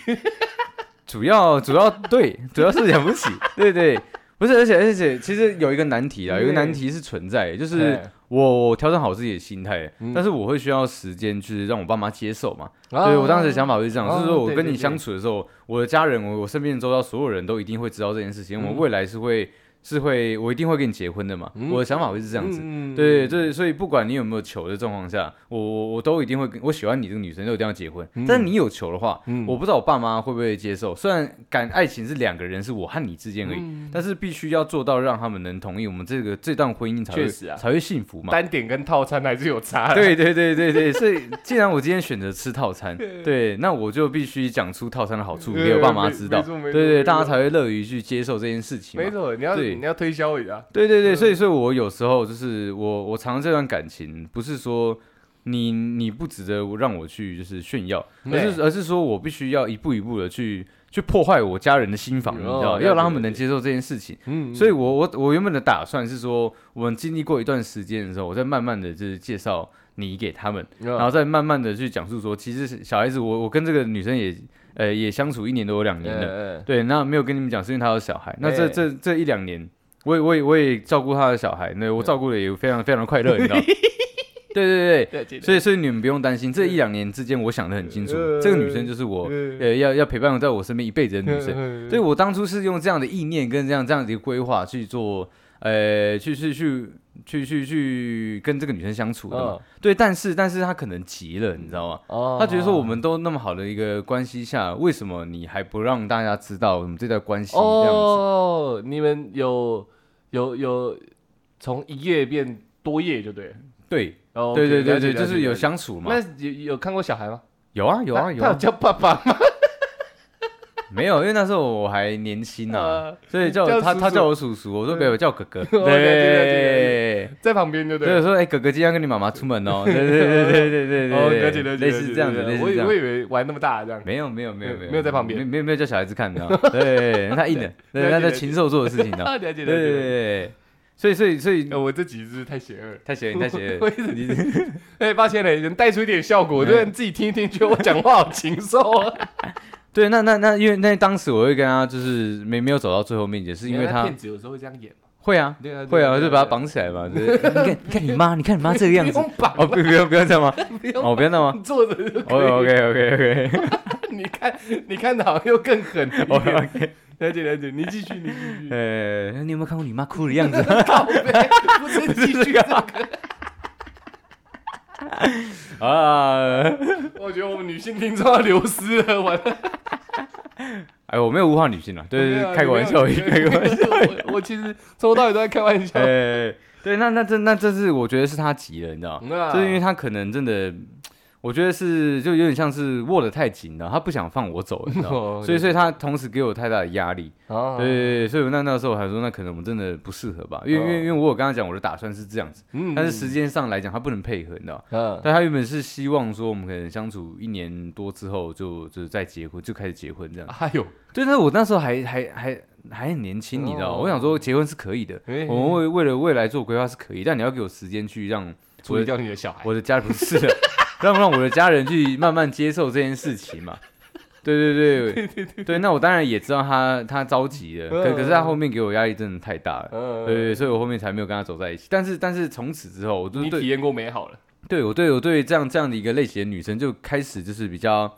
主要主要对，主要是养不起， <laughs> 对对，不是，而且而且其实有一个难题啊，有一个难题是存在的，就是 <laughs> 哎我调整好自己的心态嗯，但是我会需要时间，就是让我爸妈接受嘛。啊对我当时的想法就是这样，哦就是说我对跟对你对相处的时候，我的家人，我我身边的周遭所有人都一定会知道这件事情，我嗯未来是会是会我一定会跟你结婚的嘛，嗯我的想法会是这样子。嗯对，对，所以不管你有没有球的状况下，我我我都一定会跟我喜欢你这个女生，都一定要结婚。嗯但你有球的话，嗯我不知道我爸妈会不会接受。虽然感爱情是两个人，是我和你之间而已，嗯但是必须要做到让他们能同意，我们这个这段婚姻才会确实啊才会幸福嘛。单点跟套餐还是有差，对，对对对对，所以既然我今天选择吃 <laughs> 套餐，对，那我就必须讲出套餐的好处对给我爸妈没知道，没错没对错对，没错大家才会乐于去接受这件事情 <laughs> 嘛。没错，你要对你要推销啊一下，对对对，所以所以我有时候就是我我尝这段感情，不是说你你不值得让我去就是炫耀，对而是而是说我必须要一步一步的去去破坏我家人的心房，哦你知道吗，了解要让他们能接受这件事情。嗯所以我我我原本的打算是说，我们经历过一段时间的时候，我再慢慢的就是介绍你给他们，嗯然后再慢慢的去讲述说，其实小孩子我我跟这个女生也呃也相处一年多两年了，嗯对，那没有跟你们讲，是因为他有小孩。那这哎这这一两年，我也我也我也照顾他的小孩，那我照顾的也非常非常快乐，你知道。对对对，对，记得所以所以你们不用担心，这一两年之间，我想的很清楚，呃这个女生就是我呃呃要要陪伴在我身边一辈子的女生。嗯所以我当初是用这样的意念跟这样这样的一个规划去做，呃，去去去去去去跟这个女生相处的嘛。嗯对，但是但是她可能急了，你知道吗？哦她觉得说我们都那么好的一个关系下，为什么你还不让大家知道我们这段关系这样子？哦，你们有有有从一页变多页就对了，对哦对对对了解对，了就解是有了解相处嘛那。有有看过小孩吗？有啊有啊他有他有啊，叫爸爸吗？没有，因为那时候我还年轻啊呃，所以叫叫我他叔他叔叫我叔叔，我说嗯不要叫哥 <laughs> 哥。了解了解对。在旁边就对所以了。说，哎、哥哥今天要跟你妈妈出 <laughs> 门哦。对对对对对对对，哦，了解了解，了解类似这样子，了解类似我以这样我。以为玩那么大这样。没有没有没有没有有没有在旁边没没有没有叫小孩子看的 <laughs> 啊，对，太硬了，对，那了解在禽兽做的事情呢，啊 <laughs> ，了解对了对对解。对，所以所以所以呃，我这集是不是太邪恶了。太邪恶，你太 <laughs> 邪我恶一直，你哎，抱歉了，能带出一点效果，嗯对，自己听一听，觉得我讲话好禽兽啊。对，那那那因为那当时我会跟他就是没没有走到最后面，也 <laughs> 是因为他骗子有时候会这样演嘛。会啊对啊，会啊，就把他对绑起来嘛，就是 <laughs> 你看你看你妈，你看你妈这个样 <laughs> 不子，用绑，哦不不用不用这样吗？ <laughs> 不用哦不要这 <laughs> 样吗绑坐着就可以。哦？OK OK <laughs> OK OK 你看，你看的好像又更 <laughs> 狠了一点。哦 OK，了解了解，你继续，你继续。呃， <laughs> <laughs> 你有没有看过你妈哭的样子？靠背，不是继续这 <laughs> 个。啊，我觉得我们女性听众要流失了，完了。哎，我没有物化女性啊，对没对有对，开个玩笑而已， <laughs> 开个玩笑。笑。 <laughs> 我我其实从头到尾都在开玩笑。哎，对，那那这那这是我觉得是他急了，你知道吗？那就是因为他可能真的，我觉得是就有点像是握得太紧了，他不想放我走，你知道吗？ <laughs> 哦所以，所以他同时给我太大的压力，哦对对，对，所以我那那时候我还说，那可能我们真的不适合吧，因为因为哦因为我有跟他讲我的打算是这样子，嗯但是时，间上来讲他不能配合，你知道吗？嗯，但他原本是希望说我们可能相处一年多之后就就再结婚，就开始结婚这样。哎呦，对，但是我那时候还还还还很年轻，你知道吗，哦我想说结婚是可以的，哎我们为为了未来做规划是可以，但你要给我时间去让处我理的掉你的小孩。我的家人不是的， <laughs> 让让我的家人去慢慢接受这件事情嘛。对对对对对那我当然也知道他他着急了，可可是他后面给我压力真的太大了，对对，嗯，对所以我后面才没有跟他走在一起。但是但是从此之后，我就你体对验过美好了。对我对我对这样这样的一个类型的女生就开始就是比较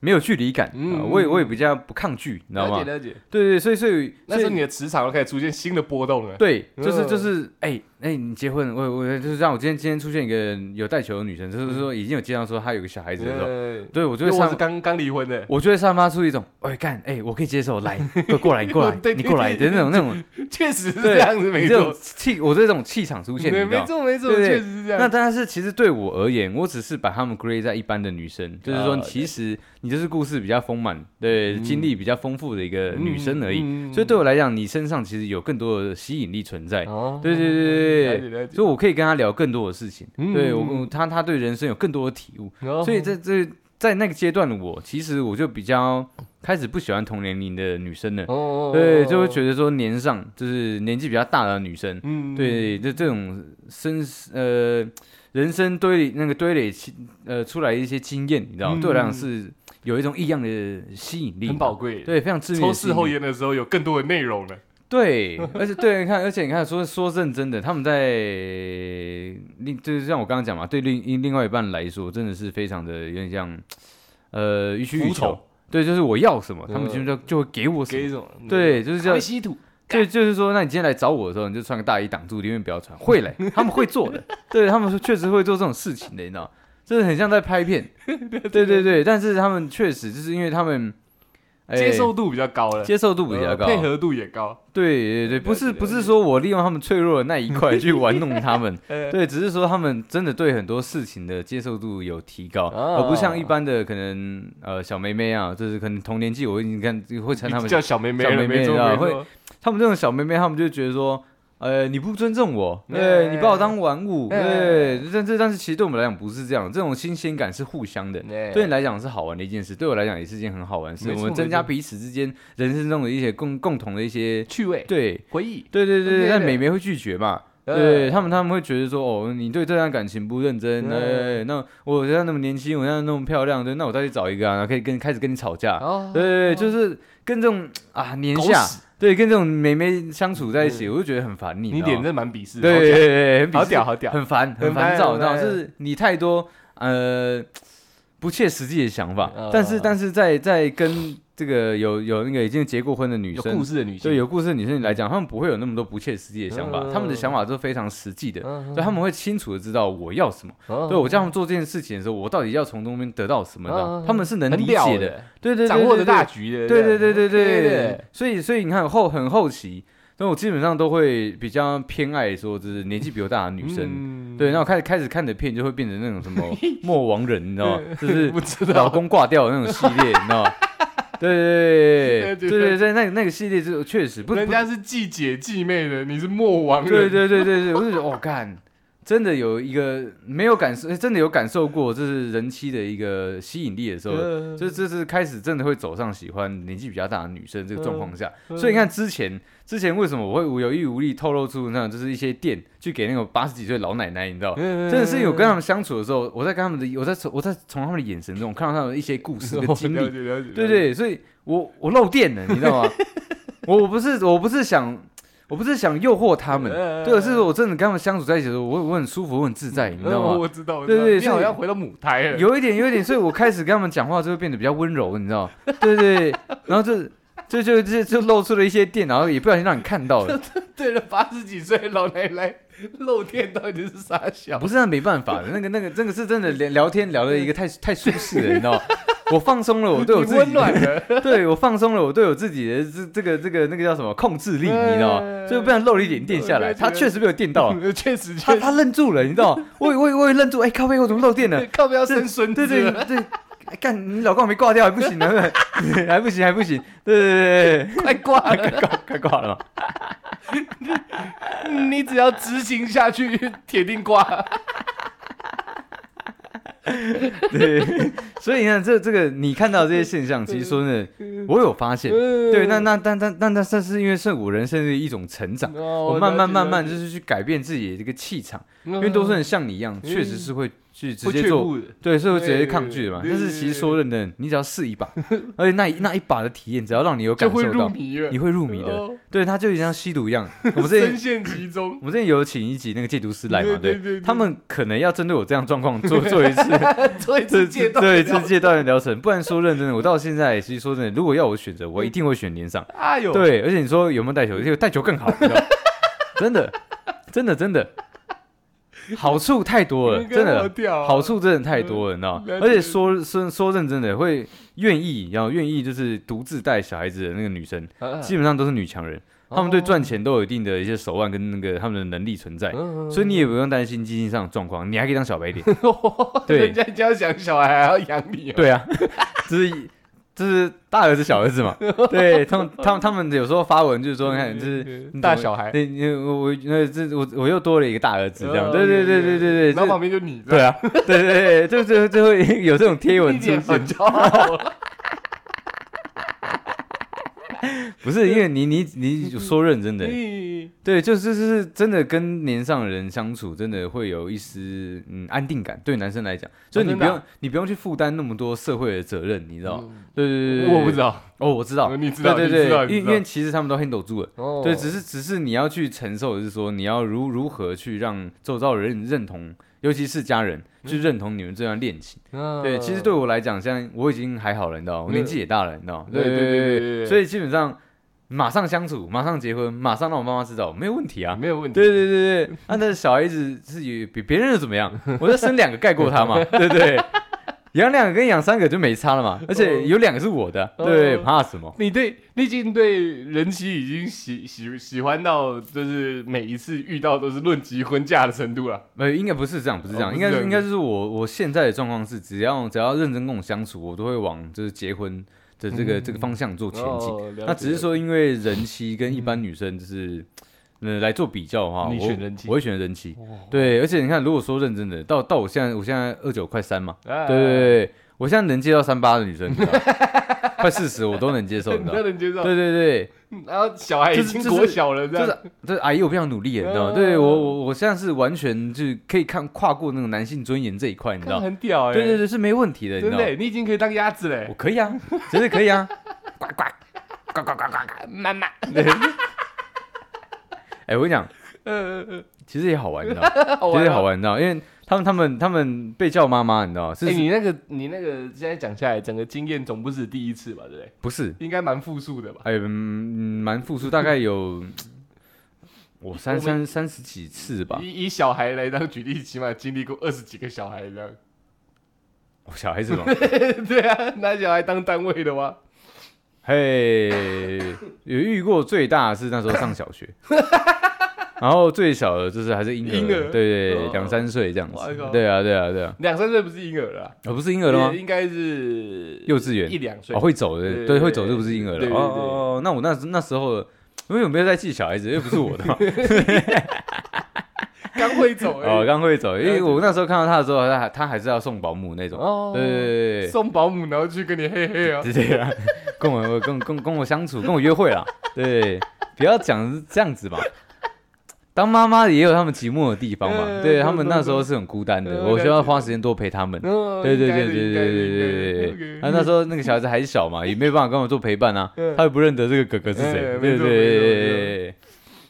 没有距离感，嗯啊我也我也比较不抗拒，你知道了吗解？了解，对对，所以所以那时候你的磁场又开始出现新的波动了。对，就是嗯就是，哎、哎、你结婚，我我就是让我今天今天出现一个有带球的女生，就是说已经有介绍说她有个小孩子的时候，对，对我就嗯因为会我是散，刚刚离婚的，我就会散发出一种，哎、干，哎、我可以 <laughs> 接受，来，过过来，你过来对对，你过来的对那种那种，确实是对这样子，没你这种错，气，我这种气场出现，对，你知没道。错没错，对对确实是这那样。但是其实对我而言，我只是把她们归类在一般的女生，就是啊说，对其实你就是故事比较丰满，对，嗯经历比较丰富的一个女生而已。嗯所以对我来讲，你身上其实有更多的吸引力存在。哦对对对对对了解了解所以我可以跟他聊更多的事情，嗯对嗯我他他对人生有更多的体悟，哦所以在这在那个阶段的我，其实我就比较开始不喜欢同年龄的女生了，哦对，就会觉得得说年上就是年纪比较大的女生，嗯，对，就这种身呃人生堆那个堆累起呃出来一些经验，你知道，嗯对我来讲是有一种异样的吸引力，很宝贵。，对，非常致命抽的吸事引后力烟的时候有更多的内容了。 <laughs> 对，而且对，你看，而且你看，说说认真的，他们在另就是像我刚刚讲嘛，对另另外一半来说，真的是非常的有点像，呃，予取予服从求。对，就是我要什么，他们嗯就就就会给我什给一么。种对，就是会这样。稀土，对，就是说，那你今天来找我的时候，你就穿个大衣挡住，里面不要穿。会 <laughs> 嘞，他们会做的。对，他们是确实会做这种事情的，你知道，真的很像在 <laughs> 拍片。对对对，但是他们确实就是因为他们、哎接受度比较高了，接受度比较高，呃配合度也高。对对对，了不解是了不解，是说我利用他们脆弱的那一块 <laughs> 去玩弄他们 <laughs> 呃对，只是说他们真的对很多事情的接受度有提高，啊而不像一般的可能呃小妹妹啊，就是可能同年纪我已经看会称他们，叫小妹妹小了，妹妹没错啊没会错。他们这种小妹妹，他们就觉得说。呃，你不尊重我，对、哎你把我当玩物，对、哎但这但是其实对我们来讲不是这样，这种新鲜感是互相的，哎对你来讲是好玩的一件事，对我来讲也是件很好玩的事，没我错们没增加错彼此之间人生中的一些共共同的一些趣味对回忆，对对对对，但对美眉会拒绝嘛？对他们，他们会觉得说，哦，你对这段感情不认真，嗯哎、那我现在那么年轻，我现在那么漂亮，对，那我再去找一个啊，然后可以跟开始跟你吵架，哦，啊对，就是跟这种啊年狗下，屎对，跟这种妹妹相处在一起，嗯我就觉得很烦你，你你脸知道吗真蛮鄙视的，对对对对，很鄙好视屌好屌，很烦，很很烦烦躁，很然后烦是你太多呃不切实际的想法，呃但是但是在在跟这个有有那个已经结过婚的女有生故。事的女性，对有故事的女生来讲，她们不会有那么多不切实际的想法，她们的想法都是非常实际的，嗯，所以她们会清楚的知道我要什么。哦啊对我叫她们做这件事情的时候，我到底要从中间得到什么嗯嗯呢嗯？她们是能很理屌解的，的，对对，对掌握着对大对局的，对对对对对对对，所以所以你看后很后期，所以我基本上都会比较偏爱说，就是年纪比我大的女生。生对，那我开始开始看的片就会变成那种 <laughs> 什么莫亡人，你知道吗？就是不知老道，公挂掉的那种系列，你知道吗？对对对对对对，那个那个系列就确实不人不家是继姐继妹的，你是莫王对人，对对对对，我就觉得哦，干，真的有一个没有感受，诶真的有感受过，这是人妻的一个吸引力的时候，嗯就这是开始真的会走上喜欢年纪比较大的女生这个状况下，嗯所以你看之前之前为什么我会无有意无力透露出那种就是一些店去给那种八十几岁老奶奶，你知道。真真的是有跟他们相处的时候，我在跟他们的，我在从我在从他们的眼神中看到他们的一些故事跟哦经历，历对，对，所以我我漏电了，你 <laughs> 知道吗？我我不是我不是想我不是想诱惑他们，嗯对，是我真的跟他们相处在一起的时候，我我很舒服，我很自在，你你知道吗？嗯我知道，对对你所以好像回到母胎了，有一点有一点，所以我开始跟他们讲话就会变得比较温柔，你知道吗？对对，对然后就就就就就露出了一些电，然后也不小心让你看 <laughs> 到了，对了，八十几岁的老奶奶露天到底是啥小？不是那没办法的，那个那个这个是真的聊聊天聊的一个太太舒适了，你知道吗？我放松了，我对我你自己温暖了，对我放松了，我对我自己的这这个这个那个叫什么控制力，你知道吗？所以不然漏了一点电下来，他确实被我电到，确实确他实，他愣住了，你知道吗？我也我也我也愣住，哎、靠背我怎么漏电了？靠不要生孙对子对了，对，哎干你老公还没挂掉还不行呢，对不对还不行还不行，对对对对快挂了，对，快挂快挂了嘛，你只要执行下去，铁定挂。对，所以呢，这这个你看到这些现象，其实说呢，我有发现，对，对那那但但但但但是因为是我人生的一种成长。哦我慢慢慢慢就是去改变自己的这个气场，因因为多嗯数人像你一样，确实是会去直接做，对，是会直接抗拒的嘛。对但对是对其实对说认真，你只要试一 <laughs> 把，而且那一那一把的体验，只要让你有感就会受入到，迷了，嗯哦你会入迷的。对，它就像吸 <laughs> 毒一样。我们之深陷前其中，我们之前有请一集那个戒毒师来嘛，对对对对 <laughs> 他们可能要针对我这样状况做做一次所以这直接这到这一次戒断的疗程，不然说认真的，我到现在其实说真的，如果要我选择，嗯我一定会选连上。哎呦，对，而且你说有没 <laughs> 有带球？就带球更好，你知道真的，真的，真的，好处太多了，你跟真我的，屌好处真的太多了，你知道吗了？解而且说说说认真的，会愿意，然后愿意就是独自带小孩子的那个女生，嗯啊基本上都是女强人，哦她们对赚钱都有一定的一些手腕跟那个她们的能力存嗯在。所以 <laughs> 你也不用担心经济上的状况，你还可以当小白 <laughs> 脸。人家就要想小孩还要养你，对啊，就是就是大儿子小儿子嘛。对，他们他们他们有时候发文就是说，你嗯看就是你怎么大小孩，哦对，你我我那这我我又多了一个大儿子这样，对对对对对对，然后这旁边就你，对啊，对对对，就就就会 <laughs> 有这种贴文一出点很现，骄 <laughs> 傲，不是因为你你你说认真的，嗯对，就是是真的跟年上人相处，真的会有一丝嗯安定感，对男生来讲，所以你真不的啊用你不用去负担那么多社会的责任，你知道？对对对，对我不知，道，对哦，我知道，你知道对你对知道哦对，你知因道因为其实他们都 handle 住了。对，只是是只是你要去承受，的是说你要如如何去让周遭的人认同，尤其是家人去嗯认同你们这段恋情。啊对，其实对我来讲，像我已经还好了，你知道，我年纪也大了，你知道，嗯对对对对对对对对所以基本上马上相处，马上结婚，马上让我妈妈知道，没有问题啊。没有问题，对对对对，那、啊、那小孩子是也比别人又怎么样？我再生两个盖过 <laughs> 他嘛，对不对？养两个跟养三个就没差了嘛，而嗯且有两个是我的，对不对，哦怕什么？你对，你已经对人妻已经喜喜喜欢到，就是每一次遇到都是论及婚嫁的程度了。没有，应该不是这样，不是这样，哦不是应该这是样应该就是我我现在的状况是，只要只要认真跟我相处，我都会往就是结婚的这个、这个方向做前进。嗯哦那只是，说，因为人妻跟一般女生就是，呃，来做比较的话，嗯你我选人妻我会选人妻。哦对，而且你看，如果说认真的，到到我现在，我现在二九快三嘛，了解了对哎对对，我现在能接到三八的女生，你知道吗 <laughs> 快四十我都能接受，你知 <laughs> 你道都吗？能接受。对对对，然后小孩已经就是国小了，这就样是就是阿姨，我不想努力了，你知道吗？嗯对我我我现在是完全就是可以看跨过那个男性尊严这一块，你知看道吗？很屌哎，对对对，是没问题的，你知真道的吗？欸，你已经可以当鸭子欸嘞我。可以啊，绝对可以啊！呱 <laughs> 呱呱呱呱呱呱，妈妈，哎，我跟你讲，嗯嗯 <laughs> 其实也好玩，你知道吗？嗯，好其玩实也好哦。玩，你知道吗？因为他们他们他们被叫妈妈，你知道吗？哎，是你那个你那个现在讲下来，整个经验总不止第一次吧，对不对？不是？应该蛮复数的吧？哎，嗯，嗯蛮复数，大概有我三三三十几次吧。以以小孩来当举例，起码经历过二十几个小孩这样。 <laughs> 哦小孩子嘛，对啊，拿小孩当单位的吗？嘿，有遇过最大的是那时候上小 <laughs> 学，然后最小的就是还是婴儿，婴儿对对对哦，两三岁这样哇子靠。对啊，对啊，对啊，两三岁不是婴儿了啊，哦，不是婴儿了吗？应该是幼稚园一两岁哦，。会走对的，对对对，会走就不是婴儿对对了。哦对哦，哦那我那时那时候，因为我没有在记小孩子，又不是 <laughs> 我的嘛。刚会走 <laughs> 欸哦，而已刚会走，因为我那时候看到他的时候，他还他还是要送保姆那种。哦对对对送保姆然后去跟你嘿嘿 <laughs> <laughs> 啊，对对，对啊，跟我跟跟跟我相处，跟我约会啦。对，不要讲是这样子吧。当妈妈也有他们寂寞的地方嘛，嗯对懂他们那懂时候是很孤单的，嗯我需了要解花时间多陪他们。嗯对对应该对的对对对 <laughs> 对对对。应该的应该的那那时候那个小孩子还小嘛，也没有办法跟我做陪伴啊嗯，他又不认得这个哥哥是哎谁。没对对错没错对对没错对对。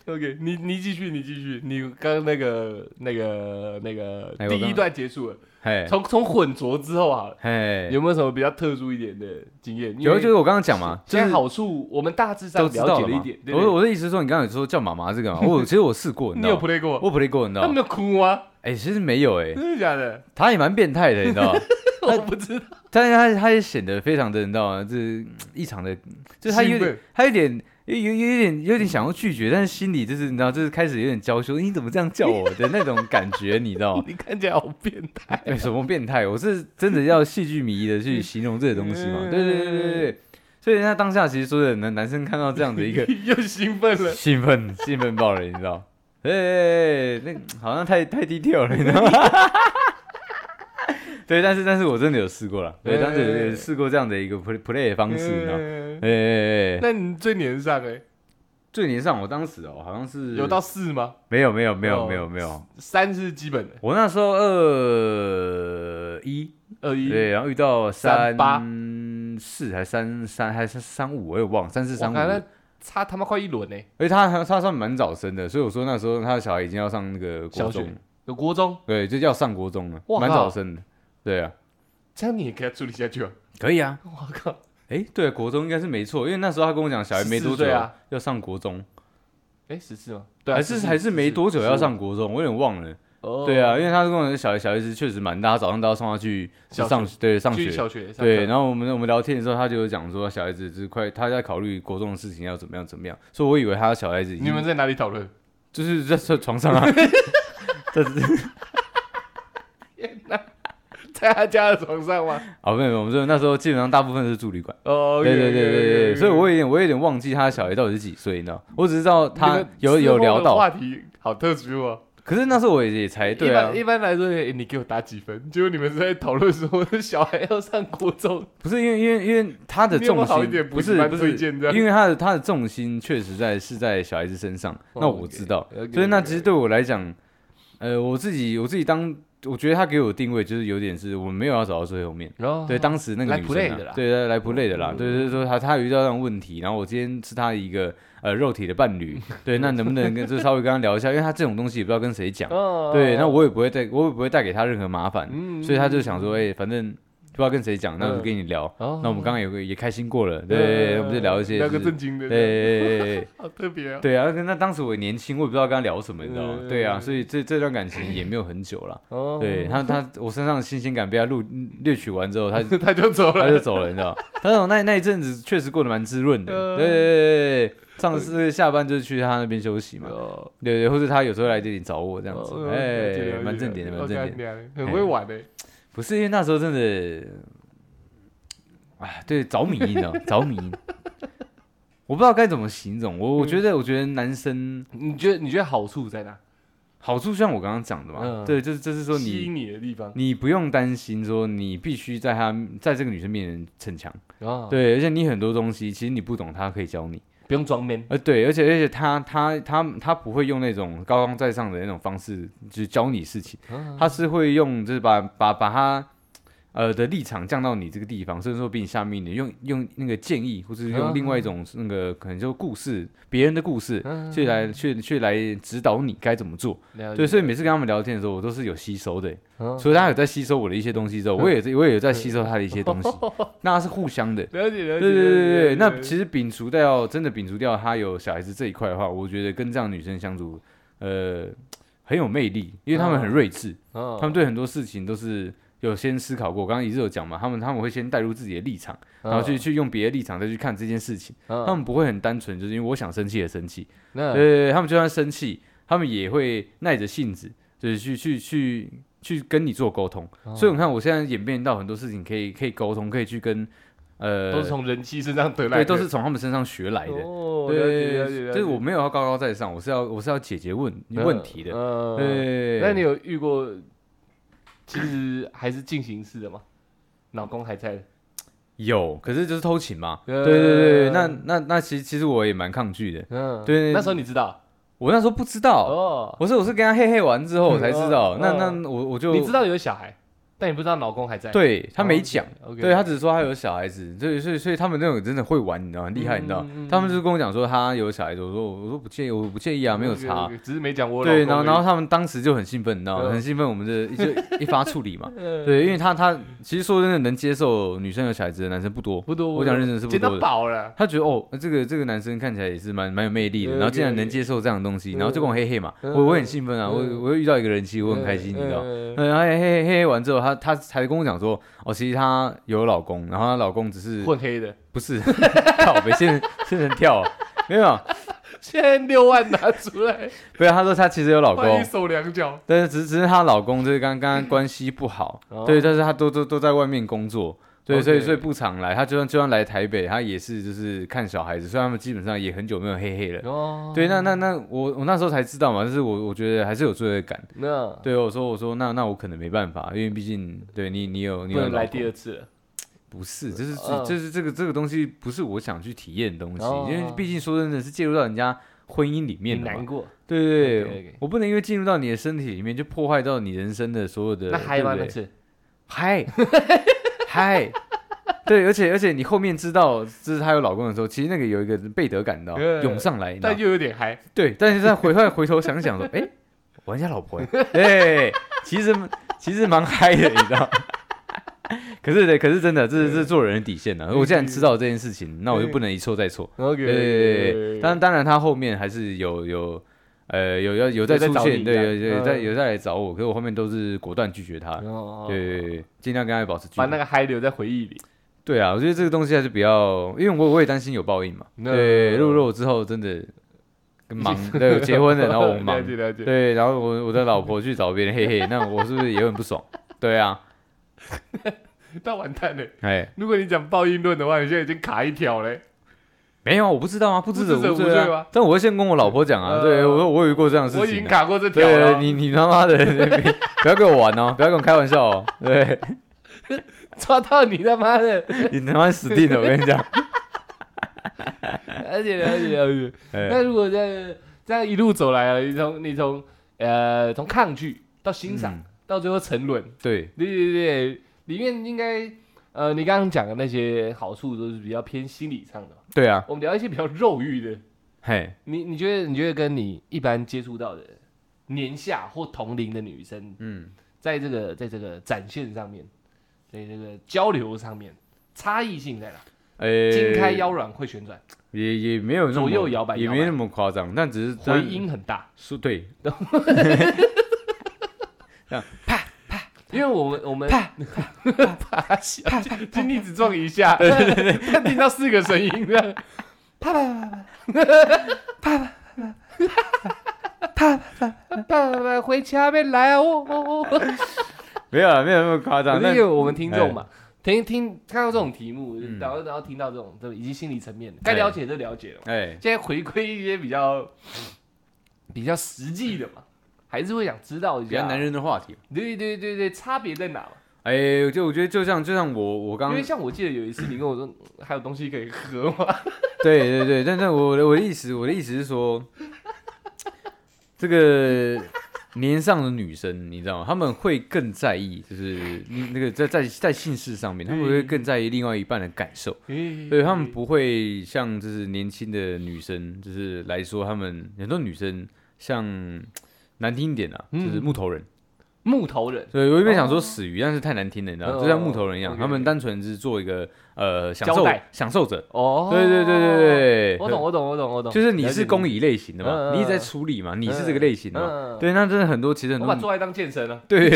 OK，你你继续，你继续，你刚刚那个那个那个哎我第刚一刚哎段结束了，嘿，从从混浊之后好了，嘿，有没有什么比较特殊一点的经验？因哎有为就是我刚刚讲嘛，就现在是好处我们大致上都知了道解嘛一点。对对我我的意思是说，你刚刚有说叫妈妈这个嘛，我其实我试过，你你知道有吗？ play 过？我 play 过，你知他道们吗？有哭吗？哎，其实没有哎，真的假 <laughs> 的？他也蛮变态的，你知道吗？ <laughs> 我不知道。但是他他也显得非常的，你知道吗？就是嗯异常的，就是他有兴点奋，他有点。有有有点有点想要拒绝，但是心里就是你知道，就是开始有点娇羞，你怎么这样叫我的那种感觉，你知道 <laughs> 吗？你看起来好变态。哎、什么变态？我是真的要戏剧迷的去形容这些东西嗯嘛？对对对对对。所以人家当下其实说的，男男生看到这样的一个 <laughs> 又兴奋了，兴奋兴奋爆了，你知道？哎、那好像太太低调了，你知 <laughs> 道吗？对，但是但是我真的有试过了，对，当时有试过这样的一个 play play 的方式，你知道？嗯哎哎哎，那你最年上哎，最年上我当时哦，好像是有到四吗？没有没有没哦有没有没有，三是基本的，我那时候二一，二一。对，然后遇到三三八四还三三还是三五，我也忘了三四哇三五。靠那而差他妈快一轮呢。且他他他算蛮早生的，所以我说那时候他的小孩已经要上那个小国学中，有国中，对，就要上国中了，哇蛮靠早生的。对啊，这样你也给他处理下去啊！可以啊。 <laughs> 我靠，哎，对，国中应该是没错，因为那时候他跟我讲，小孩没14多久岁啊要上国中，哎，十四哦吗？对啊，还是14还是没多久要。上国中，我有点忘了。对啊，因为为他跟我讲，小孩小孩子确实蛮大，他早上都要送他去小上对上去学，小学上对，课，然后我们我们聊天的时候，他就有讲说小孩子就是快，他在考虑国中的事情要怎么样怎么样，所以我以为他小孩子已经你们在哪里讨论？ <laughs> 就是在在床上啊， <laughs> 这是在他家的床上吗？啊没有，没有我们说那时候基本上大部分是住旅馆，哦，对对对对对对，所以我也有点我有点忘记他小孩到底是几岁，你知道，我只知道你他们有有之后聊的到，话题，好特殊哦。可是那时候我也也才对啊一般，一般来说，哎你给我打几分？结果你们是在讨论说小孩要上国中，不是因为因为因为他的你有没有重好一心点不补是习班不推是，荐这样？因为他的他的重心确实在是在小孩子身上，哦 <laughs> 那 OK，我知道 OK，所以那 OK 其实对我来讲，呃，我自己我自己当，我觉得他给我的定位就是有点是我没有要走到最后面。然后对，当时那个哦来女 play 生、的啦哦啊，对，来来 play 的啦，对，就是说他他有遇到这种问题，然后我今天是他一个呃肉体的伴 <laughs> 侣，对，那能不能跟就稍微跟他聊一下，因为他这种东西也不知道跟谁讲，哦对，那我也不会带，我也不会带给他任何麻烦，嗯所以他就想说，哎、反正不知道跟谁讲，那我就嗯跟你聊。哦那我们刚刚有个也开心过了，对，我们就聊一些、聊个就是正经的，对，对对对好特别啊。对啊，那那当时我也年轻，我也不知道跟他聊什么，你知道吗嗯？对啊，所以这这段感情也没有很久了。哦对他，他我身上的新鲜感被他录嗯掠取完之后，他 <laughs> 他就走他了就。走了，你知道吗？ <laughs> 但是我那那一阵子确实过得蛮滋润的。嗯呃对对对对，上次下班就是去他那边休息嘛。哦对对，或者他有时候来这里找我这样子哦，了解了哎，解蛮正点的，蛮哦正点干的。娘很会玩的。不是因为那时候真的，哎，对，着迷，你知道，着迷。嗯我不知道该怎么形容，我我觉得，我觉得男生你觉得你觉得好处在哪？好处像我刚刚讲的嘛，嗯对，就是就是说吸你引你的地方你不用担心说你必须在她在这个女生面前逞强，啊，，对，而且你很多东西其实你不懂，她可以教你，不用装 man，呃，对，而且而且她她她她不会用那种高高在上的那种方式，就是教你事情，她是会用就是把把把她。呃的立场降到你这个地方，甚至说比你下面一点，用用那个建议，或者是用另外一种那个可能就故事，别人的故事，嗯去来去去来指导你该怎么做。了解对，所以每次跟他们聊天的时候，我都是有吸收的，嗯所以他有在吸收我的一些东西之后，我也在我也有在吸收他的一些东西，那是互相的。了解了解，对对对对对，那实其实摒除掉真的摒除掉他有小孩子这一块的话，我觉得跟这样的女生相处，呃，很有魅力，因为他们很睿智，他他们对很多事情都是有先思考过。我刚刚一直有讲嘛，他们他们会先带入自己的立场，啊然后去去用别的立场再去看这件事情，他们不会很单纯，就是因为我想生气而生气，那对对对，他们就算生气，他们也会耐着性子，就是去去去去跟你做沟通。所以你看，我现在演变到很多事情可以可以沟通，可以去跟呃，都是从人气身上得来对，的，都是从他们身上学来的。哦，对了对对解对，了解了解就是我没有要高高在上，我是要我是要解决问问题的。嗯对，那你有遇过其实还是进行式的吗？老公还在的，有，可是就是偷情嘛。呃对对对，那那那其实其实我也蛮抗拒的。嗯，对那时候你知道我那时候不知道，哦，我是我是跟他嘿嘿完之后我才知道哦。那哦那我我就你知道有小孩，但你不知道老公还在，，哦对他没讲。 ，OK，对他只是说他有小孩子，所以所以所以他们那种真的会玩，你知道吗很厉害，你知道吗嗯嗯嗯他们就是跟我讲说他有小孩子，我说我说不介意，我不介意啊，没有差。 OK，OK，只是没讲我老公而对，已。然 <laughs> 后然后他们当时就很兴奋，你知道吗？嗯很兴奋，我们的 <laughs> 就一发处理嘛。呃对，因为他他其实说真的，能接受女生有小孩子的男生不多。不多，我讲认真是不捡多到的宝了，他觉得哦，这个这个男生看起来也是蛮蛮有魅力的，嗯然后竟然 OK，OK 能接受这样的东西，然后就跟我嘿嘿嘛，嗯我我很兴奋啊，我嗯我又遇到一个人，其实我很开心，你知道吗。嗯嗯，然后嘿嘿嘿嘿完之后，她她才跟我讲说，哦，其实她有老公，然后她老公只是混黑的，不是 <laughs> 靠北，仙 <laughs> 人仙人跳、啊，没有，现在六万拿出来，不是，她说她其实有老换公一，手两脚，但是只只是她老公就是刚刚关系不好，哦对，但是她都都都在外面工作。对， OK 所以所以不常来，她就算就算来台北，她也是就是看小孩子，所以他们基本上也很久没有嘿嘿了。哦，对，那那那我我那时候才知道嘛，就是我我觉得还是有罪恶感。那对，我说我说那那我可能没办法，因为毕竟对你你有你不有能老来公第二次了，不是，就是这、嗯就是这个这个东西不是我想去体验的东西，哦因为毕竟说真的是介入到人家婚姻里你面的难嘛，过，对对对 OK，OK 我不能因为进入到你的身体里面就破坏到你人生的所有的，那嗨吗对那不对次？嗨 <laughs> 嗨，对，而且而且你后面知道这是她有老公的时候，其实那个有一个被得感到对涌上来，你知道但又有点嗨，对，但是再回头回头想想说，哎、我人家老婆哎、欸，其实其实蛮嗨的，你知道。 <laughs> 可是的，可是真的，这是这是做人的底线呢、我既然知道这件事情，那我就不能一错再错。 OK，对对对对对，当然当然，他后面还是有有呃有要有在有在出找现，你对，这有样有有在嗯有在来找我，可是我后面都是果断拒绝他。哦对对对，对尽量跟他保持距把离那。个嗨留在回忆里。对啊，我觉得这个东西还是比较，因为我我也担心有报应嘛。那对，如果我之后真的跟忙，对，结婚了，然后我忙 <laughs> 了，解了解，对，然后我我的老婆去找别人嘿嘿，那我是不是也很不爽？对啊，那完蛋了。哎，如果你讲报应论的话，你现在已经卡一条嘞。没有啊，我不知道啊，不知不知者无无罪罪啊吗。但我会先跟我老婆讲啊，呃对我说我有遇过这样的我事已经情啊。卡过这条对，了。你你他妈的，别不要跟我玩哦，不要跟我开玩笑哦，对 <laughs> 抓到你他妈的！你他妈死定了，我跟你讲。而且了解了解。哎那如果这样这样一路走来啊，你从你从呃从抗拒到欣赏，嗯到最后沉沦，对，对对对，里面应该呃你刚刚讲的那些好处都是比较偏心理上的嘛。对啊，我们聊一些比较肉欲的，嘿，你你觉得你觉得跟你一般接触到的年下或同龄的女生，嗯，在这个在这个展现上面，在这个交流上面，差异性在哪？哎，筋开腰软会旋转，也也没有那么左右摇摆也摇摆没那么夸张，但只是回音很大。是对，因为我们我们啪小精力只撞一下，但听到四个声音这样，啪啪啪爸爸回家没来啊！我我我，没有啊没有那么夸张，可是但因为我们听众嘛，听听看到这种题目，然后然后听到这种，这已经心理层面的，该了解就了解了嘛。哎现在回归一些比较比较实际的嘛，还是会想知道一比较下。男，人的话题。对对对对，差别在哪嘛？哎、就我觉得就像就像我我刚因为对像我记得有一次你跟我说嗯还有东西可以喝 <laughs> 吗？对对，但但我的我的意思我的意思是说，这个年上的女生，你知道吗？她们会更在意，就是你那个在在在性事上面，她们会更在意另外一半的感受。嗯对他们不会像就是年轻的女生，就是来说，他们很多女生像难听一点啊，嗯就是木头人。木头人，所以我原本想说死鱼，但是太难听了，你知道吗，就像木头人一样，哦他们单纯是做一个呃享交受代享受者。哦，对对对对对，我懂我懂我懂我懂，就是你了解是公益类型嗯的嗯嗯嘛，你一直在处理嘛，你是这个类型的嘛。嗯，对，那真的很多，其实很我多把做爱当健身了，对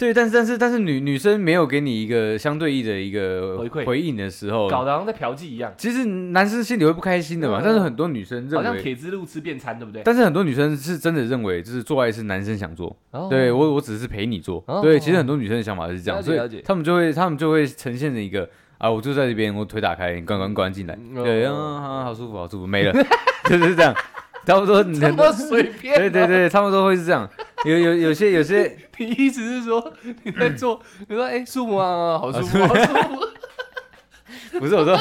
对，但是但是但是女女生没有给你一个相对应的一个回馈回应的时候，搞得好像在嫖妓一样，其实男生心里会不开心的嘛，嗯但是很多女生好认像为，铁之路吃便餐，对不对？但是很多女生是真的认为，就是做爱是男生想做，哦对我我只是陪你做，哦对，其实很多女生的想法是这了样，解所了以解他们就会他们就会呈现着一个啊，我就在这边，我腿打开，你关关关进来，嗯对，哦啊，啊好舒服，好舒服，没了， <laughs> 就是这样，差不多， <laughs> 这么随便，啊对对对，差不多会是这样，有有有些有些你意思是说你在做？你说哎、舒服啊，好舒服，好舒服，不是我说，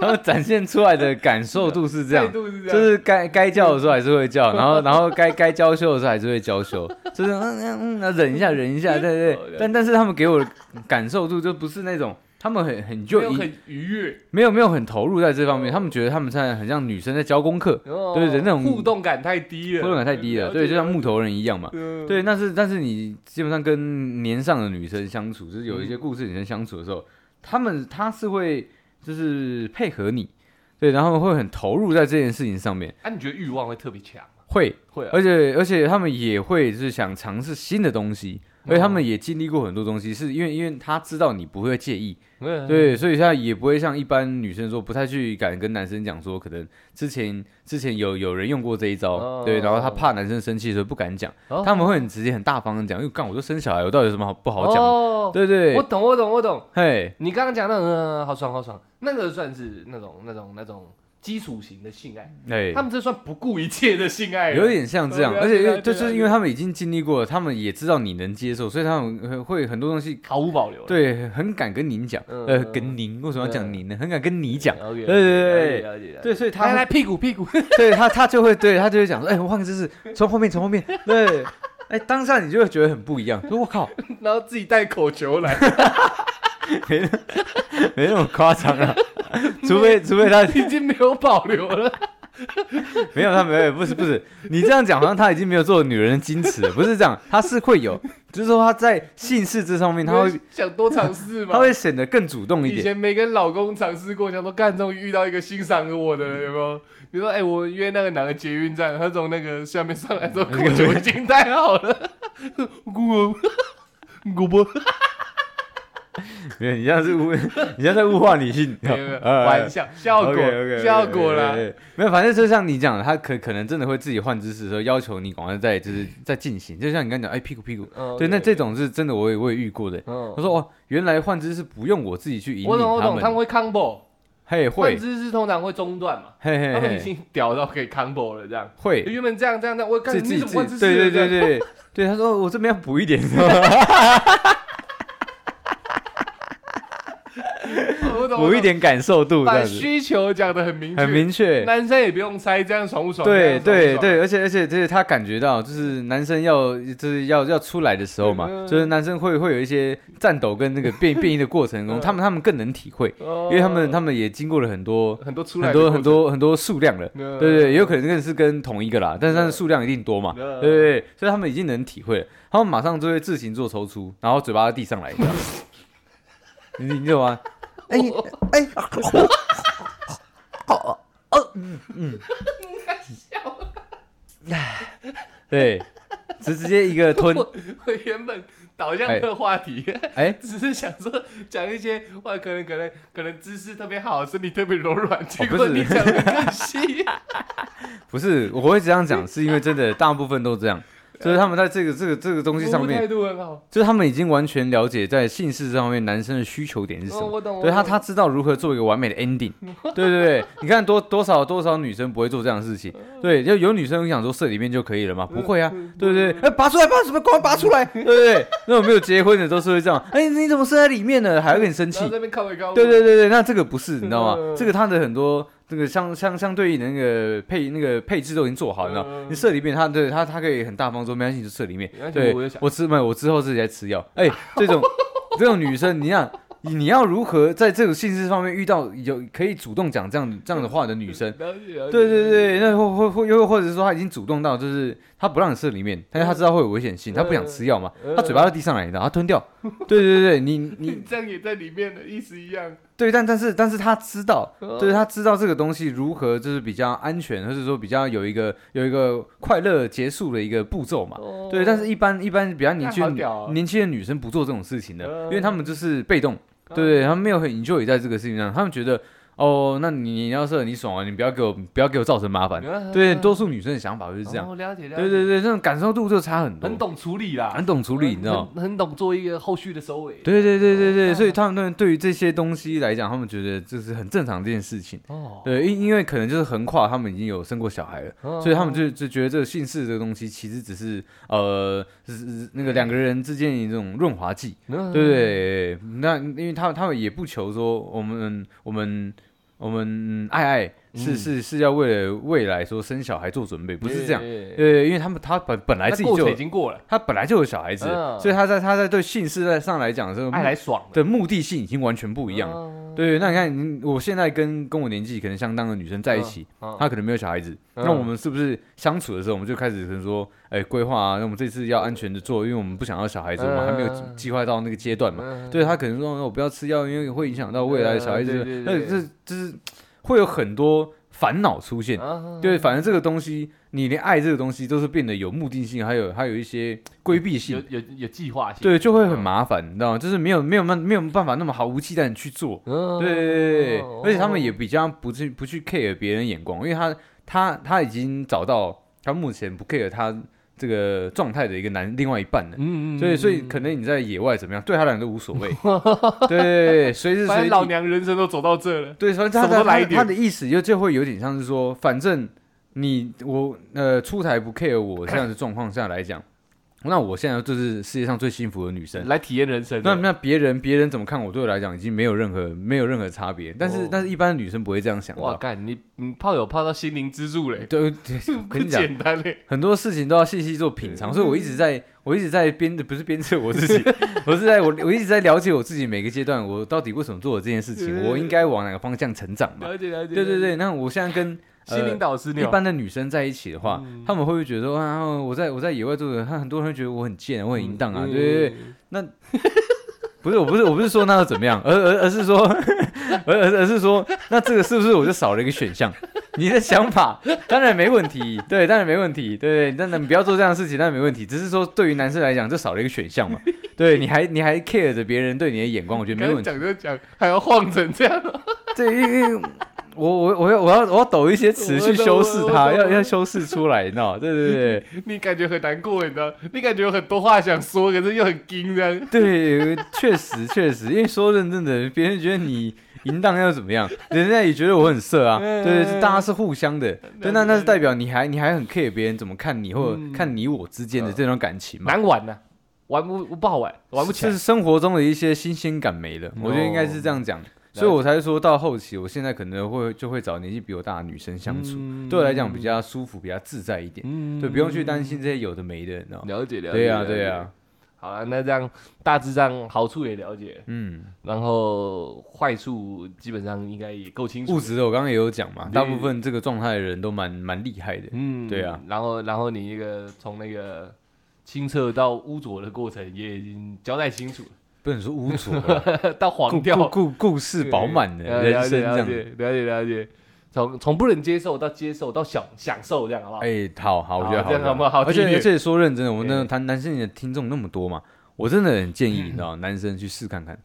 他们展现出来的感受度是这样态，度是这样，就是该该叫的时候还是会叫，然后然后该该娇羞的时候还是会娇 <laughs> 羞，就是嗯嗯嗯，那忍一下忍一下，对对好了解对。但但是他们给我的感受度就不是那种，他们很很就没有很愉悦，没有没有很投入在这方面，他们觉得他们现在很像女生在教功课，哦对对那种互动感太低了，互动感太低了，解啊对，就像木头人一样嘛。嗯对，啊但是但是你基本上跟年上的女生相处，就是有一些故事女生相处的时候，他们他是会就是配合你，对，然后会很投入在这件事情上面，啊，你觉得欲望会特别强吗？会会啊，而且而且他们也会就是想尝试新的东西，而且他哦们也经历过很多东西，是因为因为他知道你不会介意，嗯，对，所以他也不会像一般女生说不太去敢跟男生讲说，可能之前之前有有人用过这一招，哦对，然后他怕男生生气，所以不敢讲，哦他们会很直接很大方的讲，因为干我就生小孩，我到底有什么好不好讲？哦，对对我，懂，我懂，我懂。嘿，你刚刚讲的，嗯，好爽，好爽，那个算是那种、那种、那种基础型的性爱，嘿他。们这算不顾一切的性爱了，有点像这样，对啊而且对啊又就对啊是因为他们已经经历过了，他们也知道你能接受，所以他们会很多东西毫无保留。对，很敢跟您讲，嗯呃，嗯跟您为什么要讲嗯您呢？很敢跟你讲， <laughs> OK，对对了解，了解，了解。对，所以他来来会屁股屁股， <laughs> 对他他就会对他就会讲说，哎，我换个姿势，从后面从后面， <laughs> 对，哎，当下你就会觉得很不一样，说 <laughs> 我靠，然后自己带口球来，没那没那么夸张啊， <laughs> 除非除非他已经没有保留了。没有他没有不是不是，你这样讲好像他已经没有做女人的矜持了，不是这样，他是会有，就是说他在性事这上面 <laughs> 他会想多尝试嘛。他会显得更主动一以点，前没跟老公尝试过，想说干，终于遇到一个欣赏我的了，有没有？比如说，哎、我约那个哪个捷运站，他从那个下面上来之后，口球已经戴好 <laughs> 了，我我不没有，你这样是物， <laughs> 你这样在物化女性，没有没有哎玩 <laughs> 笑，效果 OK，OK，OK，效果啦。对对对没有，反正就像你讲的，他可可能真的会自己换姿势的时候，要求你赶快再就是再进行，就像你刚才讲，哎，屁股屁股。嗯对，那 OK，这种是真的，我也我也遇过的。嗯他说哦，原来换姿势不用我自己去引领我懂我他懂，他们们，会 combo，嘿换会，姿势通常会中断嘛，嘿他嘿们已嘿，经屌到可以 combo 了，这样。会原本这样这样这样，我看自哎你己怎么换姿自己，势？对对对这样，对对，他说我这边要补 <laughs> 一点，哦我懂，我 <laughs> 补一懂，点感受度，这把样子需求讲的很明确，很明确。男生也不用猜这样爽不爽。 <laughs> 对这对样爽不爽，对，而且而且就是他感觉到，就是男生要就是要要出来的时候嘛，嗯就是男生会会有一些战斗跟那个 <laughs> 变变异的过程中，嗯他们他们更能体会，哦因为他们他们也经过了很多很多出来很的过多程很，多很多数量了。嗯对对，也有可能更是跟同一个啦，但是但是嗯数量一定多嘛，嗯对对对，所以他们已经能体会了，他们马上就会自行做抽出，然后嘴巴递上来， <laughs> 这样你你懂吗？哎哎，对，直直接一个 <laughs> 吞，我我原本导向这个话题， <laughs> 哎，只是想说讲一些哇，可能可能可能姿势特别好，身体特别柔软，结果哦是你讲的更细。 <laughs> 不是，我会这样讲，是因为真的大部分都这样。就是他们在这个这个这 <laughs> 个东西上面态，度很好。就是他们已经完全了解在性事这方面男生的需求点是什哦，么。我懂。对他，我他知道如何做一个完美的 <laughs> ending。对对对，你看多多少多少女生不会做这样的事情。对，就有女生想说射里面就可以了嘛？不会啊，对不对？哎，拔出来，拔什么光拔出 <laughs> 来，对不对？那种没有结婚的都是会这样。哎，你怎么射在里面呢？还会很生懂然气后。这边靠一靠，对对对对，那这个不是，你知道吗嗯？这个它的很多这个相相相对应的那个配那个配置都已经做好了，你知道吗嗯你射里面，它对它它可以很大方说没关系，你就射里面没。关系对我有想，我吃没有我之后自己再吃药。哎，<laughs> 这种这种女生，你想你你要如何在这种性事方面遇到有可以主动讲这样这样的话的女 <laughs> 生？了解，了解对对，对，那或或或又或者是说她已经主动到就是她不让你射里面，但是她知道会有危险性，她不想吃药嘛，嗯她嘴巴要递上来，然后她吞掉。对对对，你你 <laughs> 你这样也在里面的意思一样。对，但但是但是他知道，哦对他知道这个东西如何就是比较安全，或者说比较有一个有一个快乐结束的一个步骤嘛。哦对，但是一般一般比较年轻的那好女、屌哦年轻的女生不做这种事情的，嗯因为她们就是被动，哦对对，她们没有很 enjoy 在这个事情上，她们觉得哦，那你你要是你爽啊，你不要给我不要给我造成麻烦。嗯对，嗯多数女生的想法就是这样，哦，了解了解，对对对，这种感受度就差很多，很懂处理啦，很懂处理，你知道吗？很很懂哦做一个后续的收尾。对对对对对，所以他们对于这些东西来讲，他们觉得这是很正常这件事情。哦，对，因因为可能就是横跨他们已经有生过小孩了，哦所以他们就就觉得这个姓氏这个东西其实只是呃是是那个两个人之间的一种润滑剂，对对不对？那因为他他们也不求说我们我们我们爱爱嗯是是是要为了未来说生小孩做准备，不是这样。对，对，因为他们他本本来那自己过就程有已经过了，他本来就有小孩子，嗯所以他在他在对姓氏在上来讲的时候，爱来爽的嗯的目的性已经完全不一样了。样，对，那你看，你我现在跟跟我年纪可能相当的女生在一起，嗯她可能没有小孩子，嗯那我们是不是相处的时候，我们就开始可能说，哎、规划啊，那我们这次要安全的做，因为我们不想要小孩子，我们还没有嗯计划到那个阶段嘛。嗯对她可能说，哦那我不要吃药，因为会影响到未来的小孩子，嗯对对那对这这是会有很多烦恼出现。啊对，反正这个东西，你连爱这个东西都是变得有目的性，还有还有一些规避有嗯性，有有计划性，对，就会很麻烦，你知道吗？就是没有没有办没有办法那么毫无忌惮的去做。嗯，对对对，哦而且他们也比较不去不去 care 别人眼光，因为他他他已经找到他目前不 care 他这个状态的一个男另外一半了。嗯，嗯，所以，所以嗯可能你在野外怎么样，对他俩都无所 <laughs> 谓。对对对，对随时反随正老地，娘人生都走到这了，对，反正什他么的都来他一的点他的意思就就会有点像是说，反正你我呃出台不 care 我这样的状况下来讲，那我现在就是世界上最幸福的女生。来体验人生那的。那别人别人怎么看我，对我来讲已经没有任何没有任何差别。但是、哦但是一般的女生不会这样想哇，到。干你你炮友泡到心灵支柱 <laughs> 嘞，对，对不跟你讲简单嘞，很多事情都要细细做品尝，所以我一嗯直在，我一直在鞭，不是鞭策我自己， <laughs> 我是在我我一直在了解我自己每个阶段，我到底为什么做了这件事情，嗯我应该往哪个方向成长嘛？了解了解。 <laughs> 对对了对，那我现在跟、呃解， <laughs> 心灵导师一鸟，般的女生在一起的话，嗯她们会不会觉得说啊，我在我在野外做的，她很多人会觉得我很贱，我很淫嗯荡啊，对对对，不是，我不是，我不是说那又怎么样，而而而是说，而而而是说，那这个是不是我就少了一个选项？你的想法当然没问题，对，当然没问题，对，但然不要做这样的事情，当然没问题。只是说，对于男生来讲，就少了一个选项嘛。对，你还你还 care 着别人对你的眼光，我觉你得刚没才问题。讲就讲，还要晃成这样，对，因为因为我我我要我要我要抖一些词去修饰我它，懂要要修饰出来，你知道吗？对对对。 <laughs> 你感觉很难过，你知道？你感觉有很多话想说，可是又很惊这嗯样。 <laughs> 对，确实确实，因为说认真的，别人觉得你淫荡又怎么样？人家也觉得我很色啊。嗯对，是大家是互相的。对，那那是对代表你还你还很 care 别人怎么看你或嗯看你我之间的这种感情嘛？难玩呐、玩不不好玩，玩不起这来是。生活中的一些新鲜感没了，我觉得应该是这样哦讲。所以我才说到后期，我现在可能会就会找年纪比我大的女生相处，嗯对我来讲比较舒服，比较自在一点，嗯对，不用去担心这些有的没的，你知道吗？了解了解。对呀了解对啊呀，。好了，那这样大致上好处也了解，嗯，然后坏处基本上应该也够清楚。嗯物质的我刚刚也有讲嘛，对大部分这个状态的人都蛮蛮厉害的。嗯对啊。然后，然后你那个从那个清澈到污浊的过程也已经交代清楚 <laughs> 不能说污浊啦，了，到故 <laughs> 黄掉故故故事饱满的呃人生这了样。解了解了解了解，从从不能接受到接受到享享受这样好 <laughs> 不好？哎，好好，我觉得好这样好不好好嗯而听一且点而且说认真的，我们那对谈男生的听众那么多嘛，我真的很建嗯议你知道，男生去 <laughs> 试看看。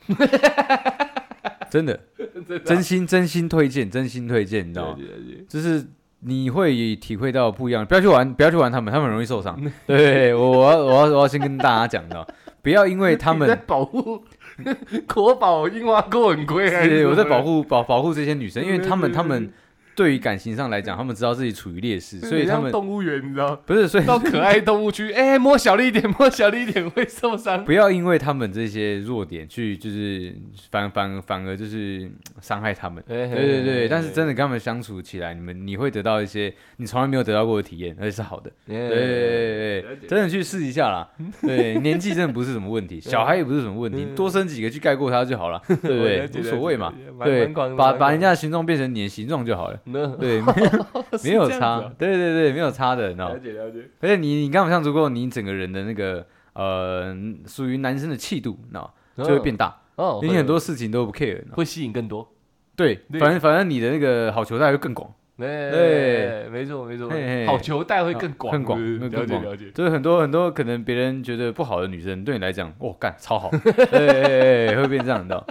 真的，真的真心真心推荐，真心推荐，你知道了？吗解了解就是你会体会到不一样。不要去玩，不要去玩他们，他们很容易 <laughs> 受伤。对，我我要我要我要先跟大家讲到，不要因为他你在们，保护 <laughs> 国宝樱花锅很 <laughs> 贵还是是什么我的在保护保保护这些女生，因为他们对对对他们对于感情上来讲，他们知道自己处于劣势，对所以你他像们动物园，你知道， <laughs> <laughs> 不是，所以 <laughs> 到可爱动物区，哎、摸小了一点，摸小了一点会受伤。不要因为他们这些弱点去就是反反反而就是伤害他们。对对对对，但是真的跟他们相处起来，你们你会得到一些你从来没有得到过的体验，而且是好的。对对对对对，真的去试一下 <laughs> 啦。对，年纪真的不是什么问题，小孩也不是什么问题，嗯多生几个去盖过它就 <laughs> 好了，对不我对了？解无所谓嘛了解，蛮对蛮广的，把蛮把人广家的形状变成你的形状就好了。 <laughs> 那 <laughs> 对，没有没是这样有子差哦哦，对对对，没有差的，你知道吗啊了？解了解，而且你你刚好像足够，你整个人的那个呃，属于男生的气度，你知道吗就会变大，嗯哦，因为你很多事情都不 care，你知道吗会吸引更多。对，对反正反正你的那个好球带会更广，对，没错没错嘿嘿，好球带会更广，更广对了更解广了解。就是很多很多可能别人觉得不好的女生，对你来讲，哦，干 <laughs> 超好，对对对，会变这样的，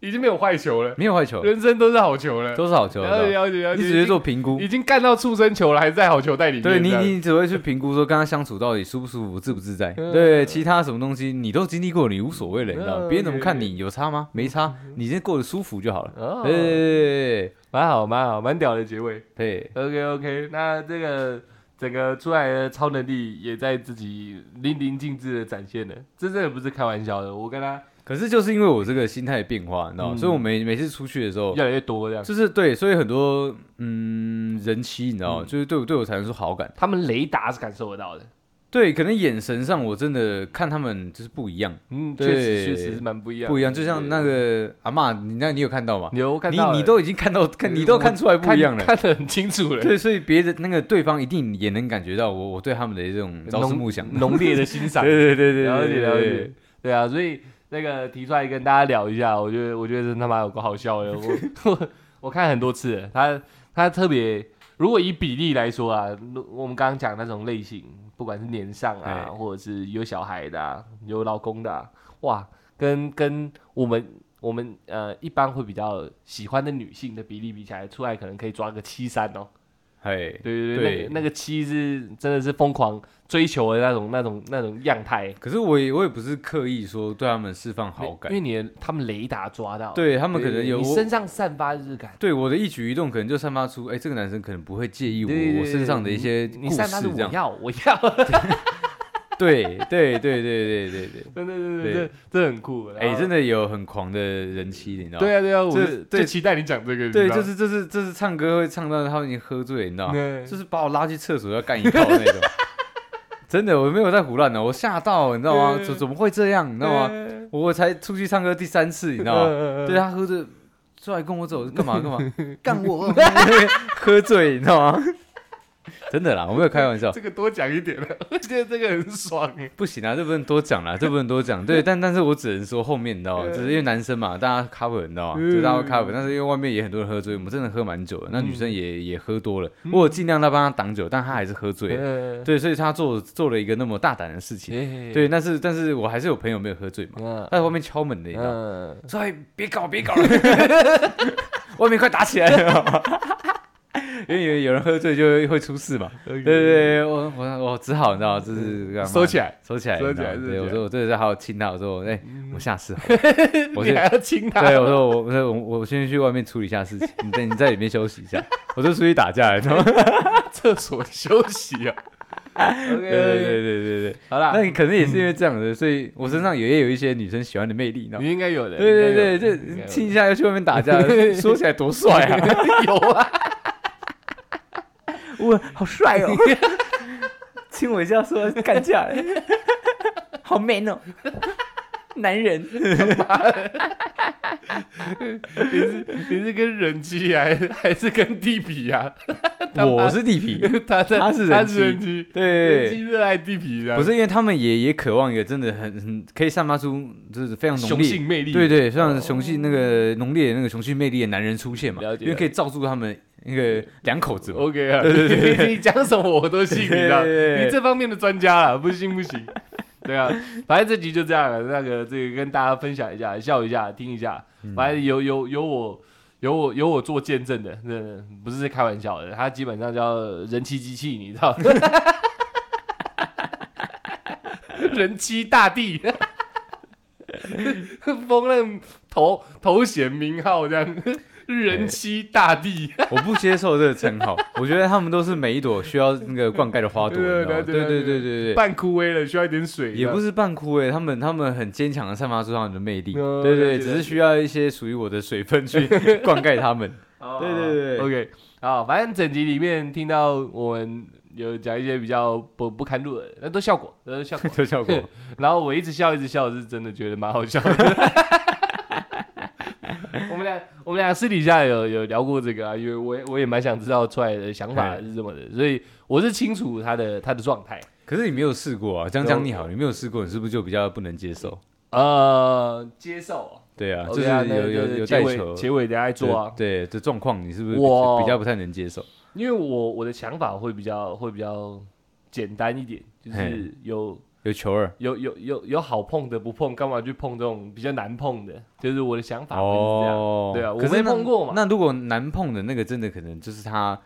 已经没有坏球了，没有坏球，人生都是好球了。都是好球，了解你了解了解，只会做评估已经已，经干到畜生球了，还在好球带里面。对你这样你只会去评估说跟他相处到底舒不舒服、自不自在，嗯对其他什么东西你都经历过，你无所谓了，你知道吗嗯别人怎么看你对有差吗？没差，你先过得舒服就好了，嗯哦对对对对蛮好蛮好蛮屌的结尾。对对。 OK OK，那这个整个出来的超能力也在自己淋漓尽致的展现了，这真的不是开玩笑的。我跟他可是就是因为我这个心态变化，你知道吗？嗯所以我每每次出去的时候，越来越多这样，就是对，所以很多嗯人妻，你知道吗？嗯就是对我对我产生出好感。他们雷达是感受得到的。对，可能眼神上我真的看他们就是不一样，嗯，对确实确实是蛮不一样的，不一样。就像那对个阿嬷，你那你有看到吗？你有看你到了你都已经看到，看你都看出来不一样了。看看得很清楚了。对，所以别的那个对方一定也能感觉到我我对他们的这种朝思浓暮想。 <laughs> 浓烈的欣赏，对对对对，了对解对了对解，对啊，所以那个提出来跟大家聊一下，我觉得我觉得真他妈有个好笑 <laughs> 的，我我我看很多次了，他他特别，如果以比例来说啊，如我们刚刚讲那种类型，不管是年上啊，哎或者是有小孩的、啊、有老公的、啊，哇，跟跟我们。我们呃一般会比较喜欢的女性的比例比起来，出来可能可以抓个七三哦，嘿。对对对，那对个那个七是真的是疯狂追求的那种那种那种样态，可是我也我也不是刻意说对他们释放好感因，为你的他们雷达抓到，对他他们可能有你我身上散发热感，对我的一举一动，可能就散发出，哎、这个男生可能不会介意我对我身上的一些你你故散发事出我 <laughs> 这样。要我要，对对对对对对对 <laughs> 对，对对对，对这这很酷，哎、真的，的有很狂的人妻，你知道吗？对啊对啊，我这就对就期待你讲这个，对，你知道就是这是这是唱歌会唱到他们已经喝醉，你知道吗？对就是把我拉去厕所要干一炮那 <laughs> 种。真的，我没有在胡乱的，我吓到，你知道吗？对怎怎么会这样，你知道吗？嗯我才出去唱歌第三次，你知道吗？嗯嗯对他喝醉，出来跟我 <laughs> 走干嘛干嘛？干我！喝醉，你知道吗？ <laughs> 真的啦，我没有开玩笑这。个多讲一点了，我觉得这个很爽哎，不行啊，这不能多讲啦， <laughs> 这不能多讲。对，但但是我只能说后面，你知道吗？嗯只是因为男生嘛，大家 cover，你知道吗？嗯就大家会 cover，但是因为外面也很多人喝醉，我们真的喝蛮久的。那女生也、嗯也喝多了，我有尽量在帮她挡酒，但她还是喝醉了。对对，所以她做做了一个那么大胆的事情。对对，，但是但是我还是有朋友没有喝醉嘛，嗯他在外面敲门的，你知道吗？嗯，所以别搞别搞了， <laughs> 外面快打起来了， <laughs> 因为有有人喝醉就会会出事嘛。对对对对，我我我只好你知道，就是干嘛嗯收起来，收起来，收你知道起来收起对，来我说我这次还有亲他，我说我哎、我下次好了， <laughs> 我你先还要亲他，对我说我我说我我先去外面处理一下事情，你在你在里面休息一下，我就出去打架了，然后厕所休息 <laughs> 啊。OK，对对对对对对，好啦， <laughs> 那可能也是因为这样的，所以我身上也有一些女生喜欢的魅力，你知道吗你应该有的。对对应该有的对，这亲一下要去外面打架， <laughs> 说起来多帅啊！有 <laughs> 啊，我好帅哦，亲我一下说干架了， <laughs> 好 man 哦，男人。你是你是跟人机还还是跟地痞啊？ <laughs> 我是地痞，他在他是人他是人机机，人机对，热爱地痞啊的，不是因为他们也也渴望一个真的很很可以散发出就是非常浓雄烈，性魅力？哦对对，像雄性那个浓烈的那个雄性魅力的男人出现嘛了，解因为可以罩住他们 <laughs> 那个两口子嘛。 ，OK 啊，对对对你你讲什么我都信，你知道，对对对你这方面的专家啊，不信不行。 <laughs> 对啊，反正这集嗯就这样了。那个，这个跟大家分享一下，笑一下，听一下。反正有有有我有我有我做见证的，真的不是开玩笑的，他基本上叫人妻机器，你知道？ <laughs> 人妻大帝，封了头头衔名号这样，人妻大帝，我不接受这个称号， <laughs> 我觉得他们都是每一朵需要那个灌溉的花朵，你知道吗对对对对对对对对对，半枯萎了，需要一点水，也不是是半枯萎，他们他们很坚强的散发出他们的魅力，嗯对了对，解只了是解需要一些属于我的水分去 <laughs> 灌溉他们。对对对，OK，好，反正整集里面听到我们有讲一些比较不不堪入耳，那都效果，那都效 <laughs> 果，这效果 <laughs> 然后我一直笑，一直笑，是真的觉得蛮好 <laughs> 笑的。我们俩，我们俩私底下有有聊过这个啊，因为我也我也蛮想知道出来的想法嗯是什么的，所以我是清楚他的他的状态。可是你没有试过啊，江对江我你好，你没有试过，你是不是就比较不能接受？呃，接受，对啊，就 OK 是啊那有有就有结带尾球结尾等下再做啊，对这状况你是不是比我比较不太能接受？因为我我的想法会比较会比较简单一点，就是嘿有有球儿有有有有好碰的不碰，干嘛去碰这种比较难碰的？就是我的想法会是这样。哦，对啊我可是没碰那过嘛那如果难碰的那个，真的可能就是他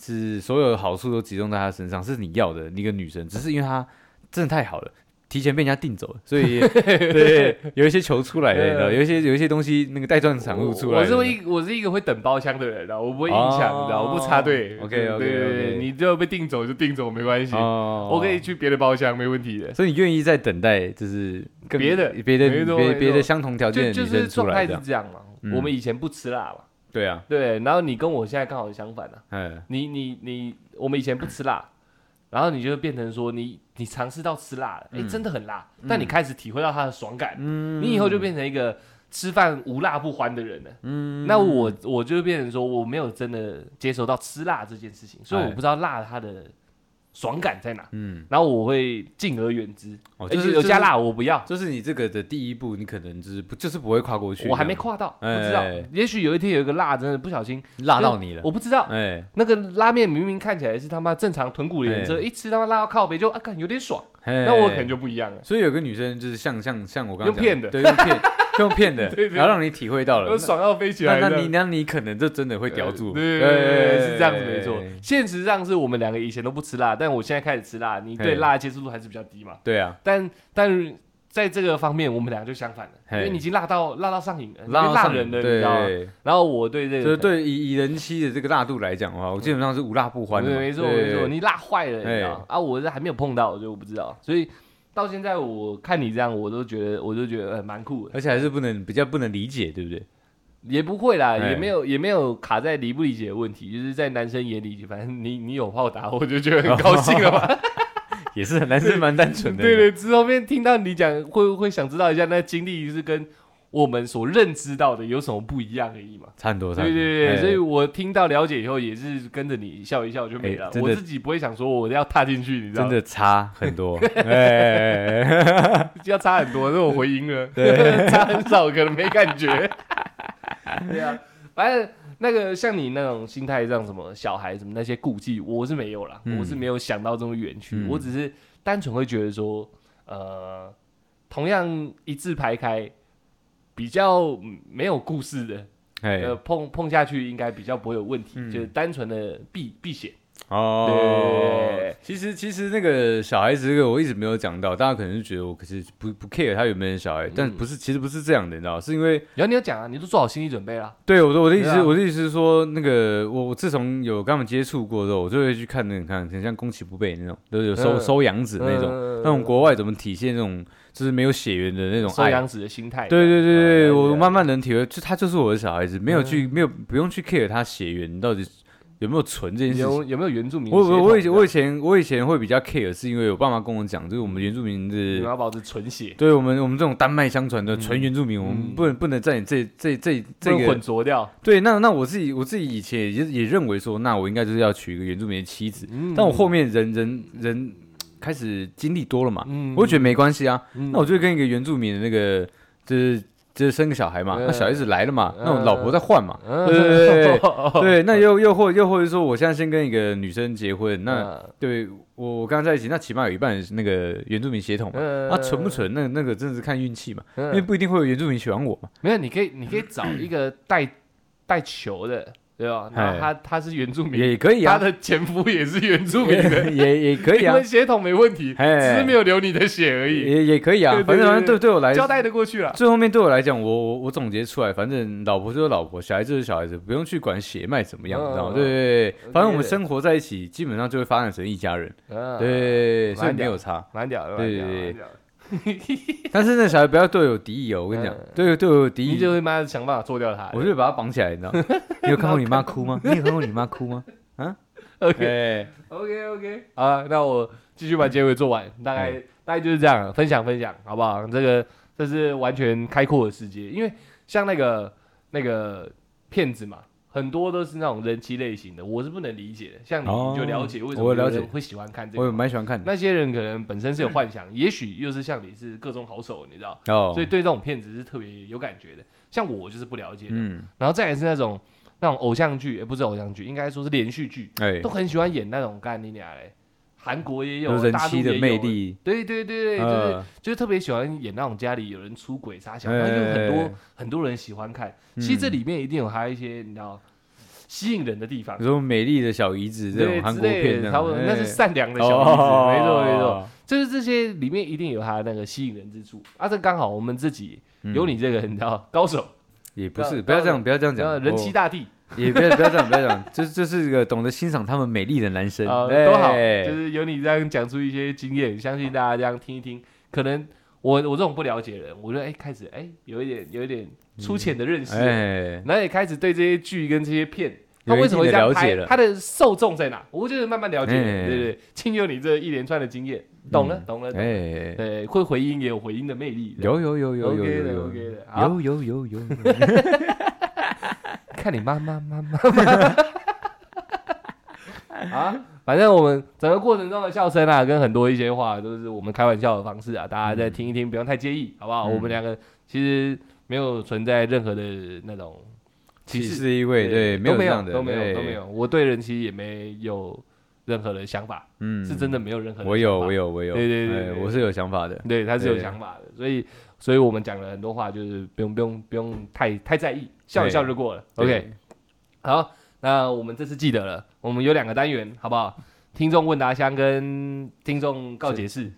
是所有好处都集中在他身上，是你要的一个女生，只是因为她真的太好了。提前被人家订走了，所 <laughs> 以对有一些球出来了，你知道，有一些有一些东西那个带状产物出我来了。我是会一我是一个会等包厢的人啊，我不会硬抢，哦你知道，我不插队。 OK，OK，OK 对对对，你就被定走就定走，没关系，哦我可以去别的包厢，没问题的。所以你愿意再等待，就是更别的别的没错别没别错的相同条就件的就女是生出状来态这是样，这样嘛，嗯我们以前不吃辣嘛，对啊，对，然后你跟我现在刚好相反啊，嗯，你你你，我们以前不吃辣，然后你就变成说你你尝试到吃辣了，哎，嗯真的很辣，但你开始体会到它的爽感，你以后就变成一个吃饭无辣不欢的人了。嗯，那我我就变成说我没有真的接受到吃辣这件事情，所以我哎不知道辣它的爽感在哪。嗯，然后我会敬而远之，哦诶就是哎有加辣我不要，就是你这个的第一步，你可能就是不就是不会跨过去这样，我还没跨到，不哎知道哎哎，也许有一天有一个辣真的不小心辣到你了，我不知道，哎那个拉面明明看起来是他妈正常豚骨的颜色，哎一吃他妈拉到靠北就啊，看有点爽，哎那我可能就不一样了。所以有个女生就是像像像我刚刚用骗的讲对，用骗用骗的 <laughs> 对，对然后让你体会到我了，爽到飞起那来呃那的，那你那你可能就真的会叼住，对哎是这样子没错。现实上是我们两个以前都不吃辣，但我现在开始吃辣，你对嘿辣的接受度还是比较低嘛。对啊，但但在这个方面，我们俩就相反了，因嘿为你已经辣到辣到上瘾了，你已辣到经辣上人了，瘾你知道吗？对，然后我对这就个，是对以以人妻的这个辣度来讲的话，我基本上是无辣不欢的对，嘛，没错对没错，你辣坏了，你知道哎啊，我是还没有碰到，我就不知道，所以到现在我看你这样，我都觉得我就觉得呃蛮酷的。而且还是不能比较不能理解，对不对？也不会啦，哎也没有也没有卡在理不理解的问题，就是在男生眼里，反正你你有炮打，我就觉得很高兴 <laughs> 了嘛。也是男生蛮单纯 <laughs> 的，对对，之后面听到你讲，会会想知道一下那经历是跟我们所认知到的有什么不一样而已嘛。差很多，差对很对多对，哎所以我听到了解以后，也是跟着你笑一笑就没了哎。真的我自己不会想说我要踏进去，你知道真吗？的差 <laughs> 很多，哎哎哎哎要差很多，那我回 <laughs> 音了， <laughs> 差很少，可能没感觉。 <laughs> 对啊，反正那个像你那种心态，像什么小孩什么那些顾忌，我是没有啦，嗯我是没有想到这么远去，嗯我只是单纯会觉得说，呃，同样一字排开。比较嗯没有故事的，哎呃，碰碰下去应该比较不会有问题，嗯就是单纯的避避险。对哦，其实其实那个小孩子这个我一直没有讲到，大家可能是觉得我可是不不 care 他有没有小孩，嗯但不是，其实不是这样的，你知道，是因为然后你有讲啊，你都做好心理准备啦。对我的我的意思，对啊我的意思是说，那个我我自从有跟他们接触过之后，我就会去看那个看，很像宫崎不备那种，都有收嗯收养子那种，嗯那种国外怎么体现那种就是没有血缘的那种收爱，养子的心态。对嗯对对对，了解嗯我了慢慢能体会，就他就是我的小孩子，没有去没有不用去 care 他血缘到底有没有纯这件事情。有有没有原住民我血统我的？我以前我以前我以前会比较 care，是因为我爸妈跟我讲，就是我们原住民你们的，要保持纯血，对我们我们这种丹麦相传的纯原住民，我嗯们不能不能在你这这这这这个个混浊掉。对，那那我自己我自己以前也也认为说，那我应该就是要娶一个原住民的妻子，嗯但我后面人人人开始经历多了嘛，嗯我就觉得没关系啊，嗯那我就跟一个原住民的那个，就是就是生个小孩嘛，嗯那小孩子来了嘛，嗯那我老婆再换嘛，嗯对 <laughs> 对哦对，那又又或又或者说，我现在先跟一个女生结婚，那嗯对我我刚在一起，那起码有一半是那个原住民血统嘛，嗯那纯不纯，那那个真的是看运气嘛，因为嗯不一定会有原住民喜欢我嘛，没有，你可以你可以找一个带带球的，对吧？哎然后他他是原住民，也可以 <laughs> 他啊，的前夫也嗯是原住民的，也也 <laughs> 也可以你啊们，血统没问题，哎只是没有流你的血而已，也也可以啊对对，反正反正对对对我来交代的过去了。最后面对我来讲，我我我总结出来，反正老婆就是老婆，小孩就是小孩子，不用去管血脉怎么样，嗯你知道嗯吗？对对对，反正我们对生活在一起，基本上就会发展成一家人，嗯，对，所以蛮没屌有差。蛮屌的，蛮对屌的，对蛮对屌的。但是那小孩不要对我有敌意哦，我跟你讲嗯，对对我有敌你就意，会妈的想办法做掉他。我就把他绑起来，你知道吗？你有看过你妈哭吗？你有看过你妈哭吗？ OK 对， OK OK，啊，那我继续嗯把结尾做完，大概大概就是这样，分享分享，好不好？这个这是完全开阔的世界，因为像那个那个骗子嘛，很多都是那种人妻类型的，我是不能理解的。像你哦你就了解为什我么了有解人会喜欢看这我也个嘛，蛮喜欢看的那些人可能本身是有幻想，也许又是像你是各种好手，你知道，哦所以，对这种骗子是特别有感觉的。像我就是不了解的，嗯，然后再来是那种那种偶像剧，也不是偶像剧，应该说是连续剧，哎都，很喜欢演那种干你俩嘞。韩国也有有，人大陆妻的也有欸魅，力，对对对对，就是、呃就是特别喜欢演那种家里有人出轨撒小，哎那就很多、哎哎很多人喜欢看。其实这嗯里面一定有他一些你知道吸引人的地方有，什么美丽的小姨子这种对韩之国类片的，这样，他们那是哎善良的小女子，哦没错没错，，就是这些里面一定有他那个吸引人之处。啊，这刚好我们自己嗯有你这个你知道高手，也不不是，要不要这样，不不要这样然后讲，哦人我妻大帝。也不要不要这样，不要这样，这这是一个懂得欣赏他们美丽的男生，啊，都好，哎就是有你这样讲出一些经验，相信大家这样听一听，可能我我这种不了解的人，我就哎、开始哎、有一点有一点粗浅的认识，哎，然后也开开始对这些剧跟这些片。他有一为什么会定这的样了解拍？了他的受众在哪？我就是慢慢了解的，哎对不对？经由你这一连串的经验，懂了，懂了，懂了。哎，对，会回音也有回音的魅力。有有有有 OK 有有的有，OK 的。好，有有有 <laughs> 有，看你妈妈妈 <laughs> 妈妈啊！反正我们整个过程中的笑声啊，跟很多一些话都是我们开玩笑的方式啊，大家再听一听，不用太介意，好不好？嗯我们两个其实没有存在任何的那种歧歧视，视意味，对，都有没这有样的，哎都没有对都没，有，我对人其实也没有任何的想法，嗯是真的，没有任何的想法。我有我有我有，对对对哎对对我是有想法的，对，他是有对想法的，所以所以我们讲了很多话，就是不用不用不用太太在意，笑一笑就过了。OK，对好，那我们这次记得了，我们有两个单元，好不好？听众问答箱跟听众告解室，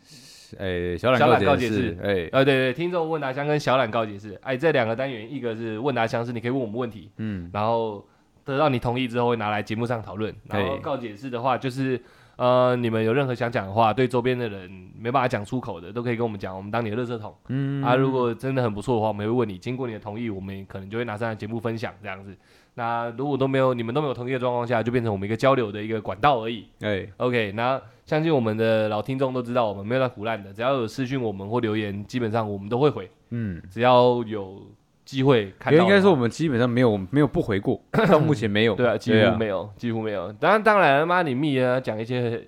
哎，小小懒懒告告解解释，哎，呃，对对，听众问答箱跟小懒告解室，哎，这两个单元，一个是问答箱，是你可以问我们问题，嗯，然后得到你同意之后会拿来节目上讨论，然后嘿告解室的话就是。呃，你们有任何想讲的话，对周边的人没办法讲出口的，都可以跟我们讲，我们当你的垃圾桶。<laughs> 嗯啊，如果真的很不错的话，我们会问你，经过你的同意，我们可能就会拿上来节目分享这样子。那如果都没有，你们都没有同意的状况下，就变成我们一个交流的一个管道而已。哎， OK，那相信我们的老听众都知道，我们没有在胡乱的，只要有私讯我们或留言，基本上我们都会回，嗯。只要有机会看也到。应该说，我，们基本上没有没有不回过，到目前没 <coughs> 有。对啊，几乎没有，几乎没有。当然，当然，妈你密啊，讲一些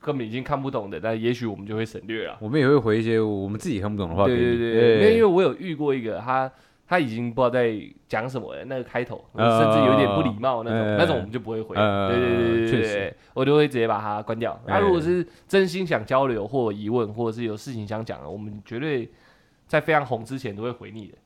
根本已经看不懂的，但也许我们就会省略啊了。我们也会回一些我们自己看不懂的话给对你。哎对对对，因为因为我有遇过一个他。他已经不知道在讲什么了，那个开头，呃甚至有点不礼貌那种，呃那种我们就不会回。呃对对对对确对实对，我就会直接把它关掉。那、哎如果是真心想交流或疑问，或者是有事情想讲的，我们绝对在非常红之前都会回你的。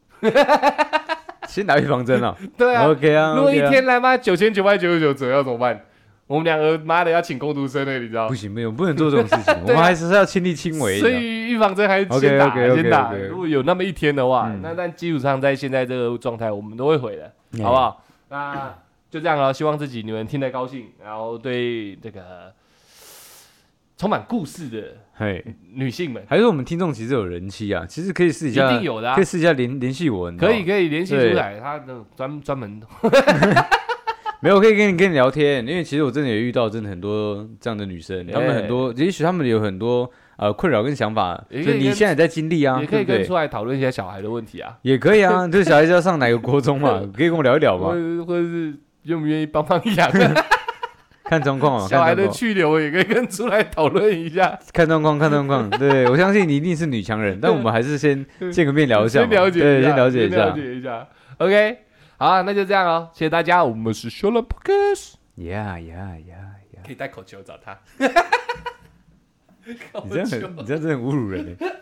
先打预防针啊。 <laughs> 对啊 OK 啊，如果一 OK 啊天来妈九千九百九十九折要怎么办？我们两个妈的要请工读生了，你知道不？行不行，不能做这种 <laughs> 事情，我们还是要亲力亲为。啊所以预防针还是先打 OK，OK，OK，OK 先打。如果有那么一天的话，嗯那但基础上在现在这个状态，我们都会回的。你知道好吗不？好？那就这样了，希望自己你们听得高兴，然后对这个充满故事的嘿，女性们，还是我们听众其实有人气啊，其实可以试一一下，定有的、啊可以，试一下联联系我。你知哦道可吗以，可以联系出来，她的专专门没有可以跟你跟你聊天，因为其实我真的也遇到真的很多这样的女生，哎她们很多，也许她们有很多呃困扰跟想法，就也可以是你跟现在也在经历啊，也可以对不跟对？出来讨论一些小孩的问题啊，也可以啊，这小孩子要上哪个国 <laughs> 中嘛，可以跟我聊一聊或嘛，者或者是愿不愿意帮帮 <laughs> 养哦看状况啊，小孩看状的况，去留，也可以跟出来讨论一下，看状况，看状 <laughs> 况。对，我相信你一定是女强人，但我们还是先见个面聊一下嘛，先了解对，一下，先了解一先了下解一下，OK。好啊，那就这样哦，谢谢大家，我们是 s h o l a Podcast， ，Yeah Yeah Yeah。 <laughs> 可以带口球找他，你这样很，你这样真的很侮辱人欸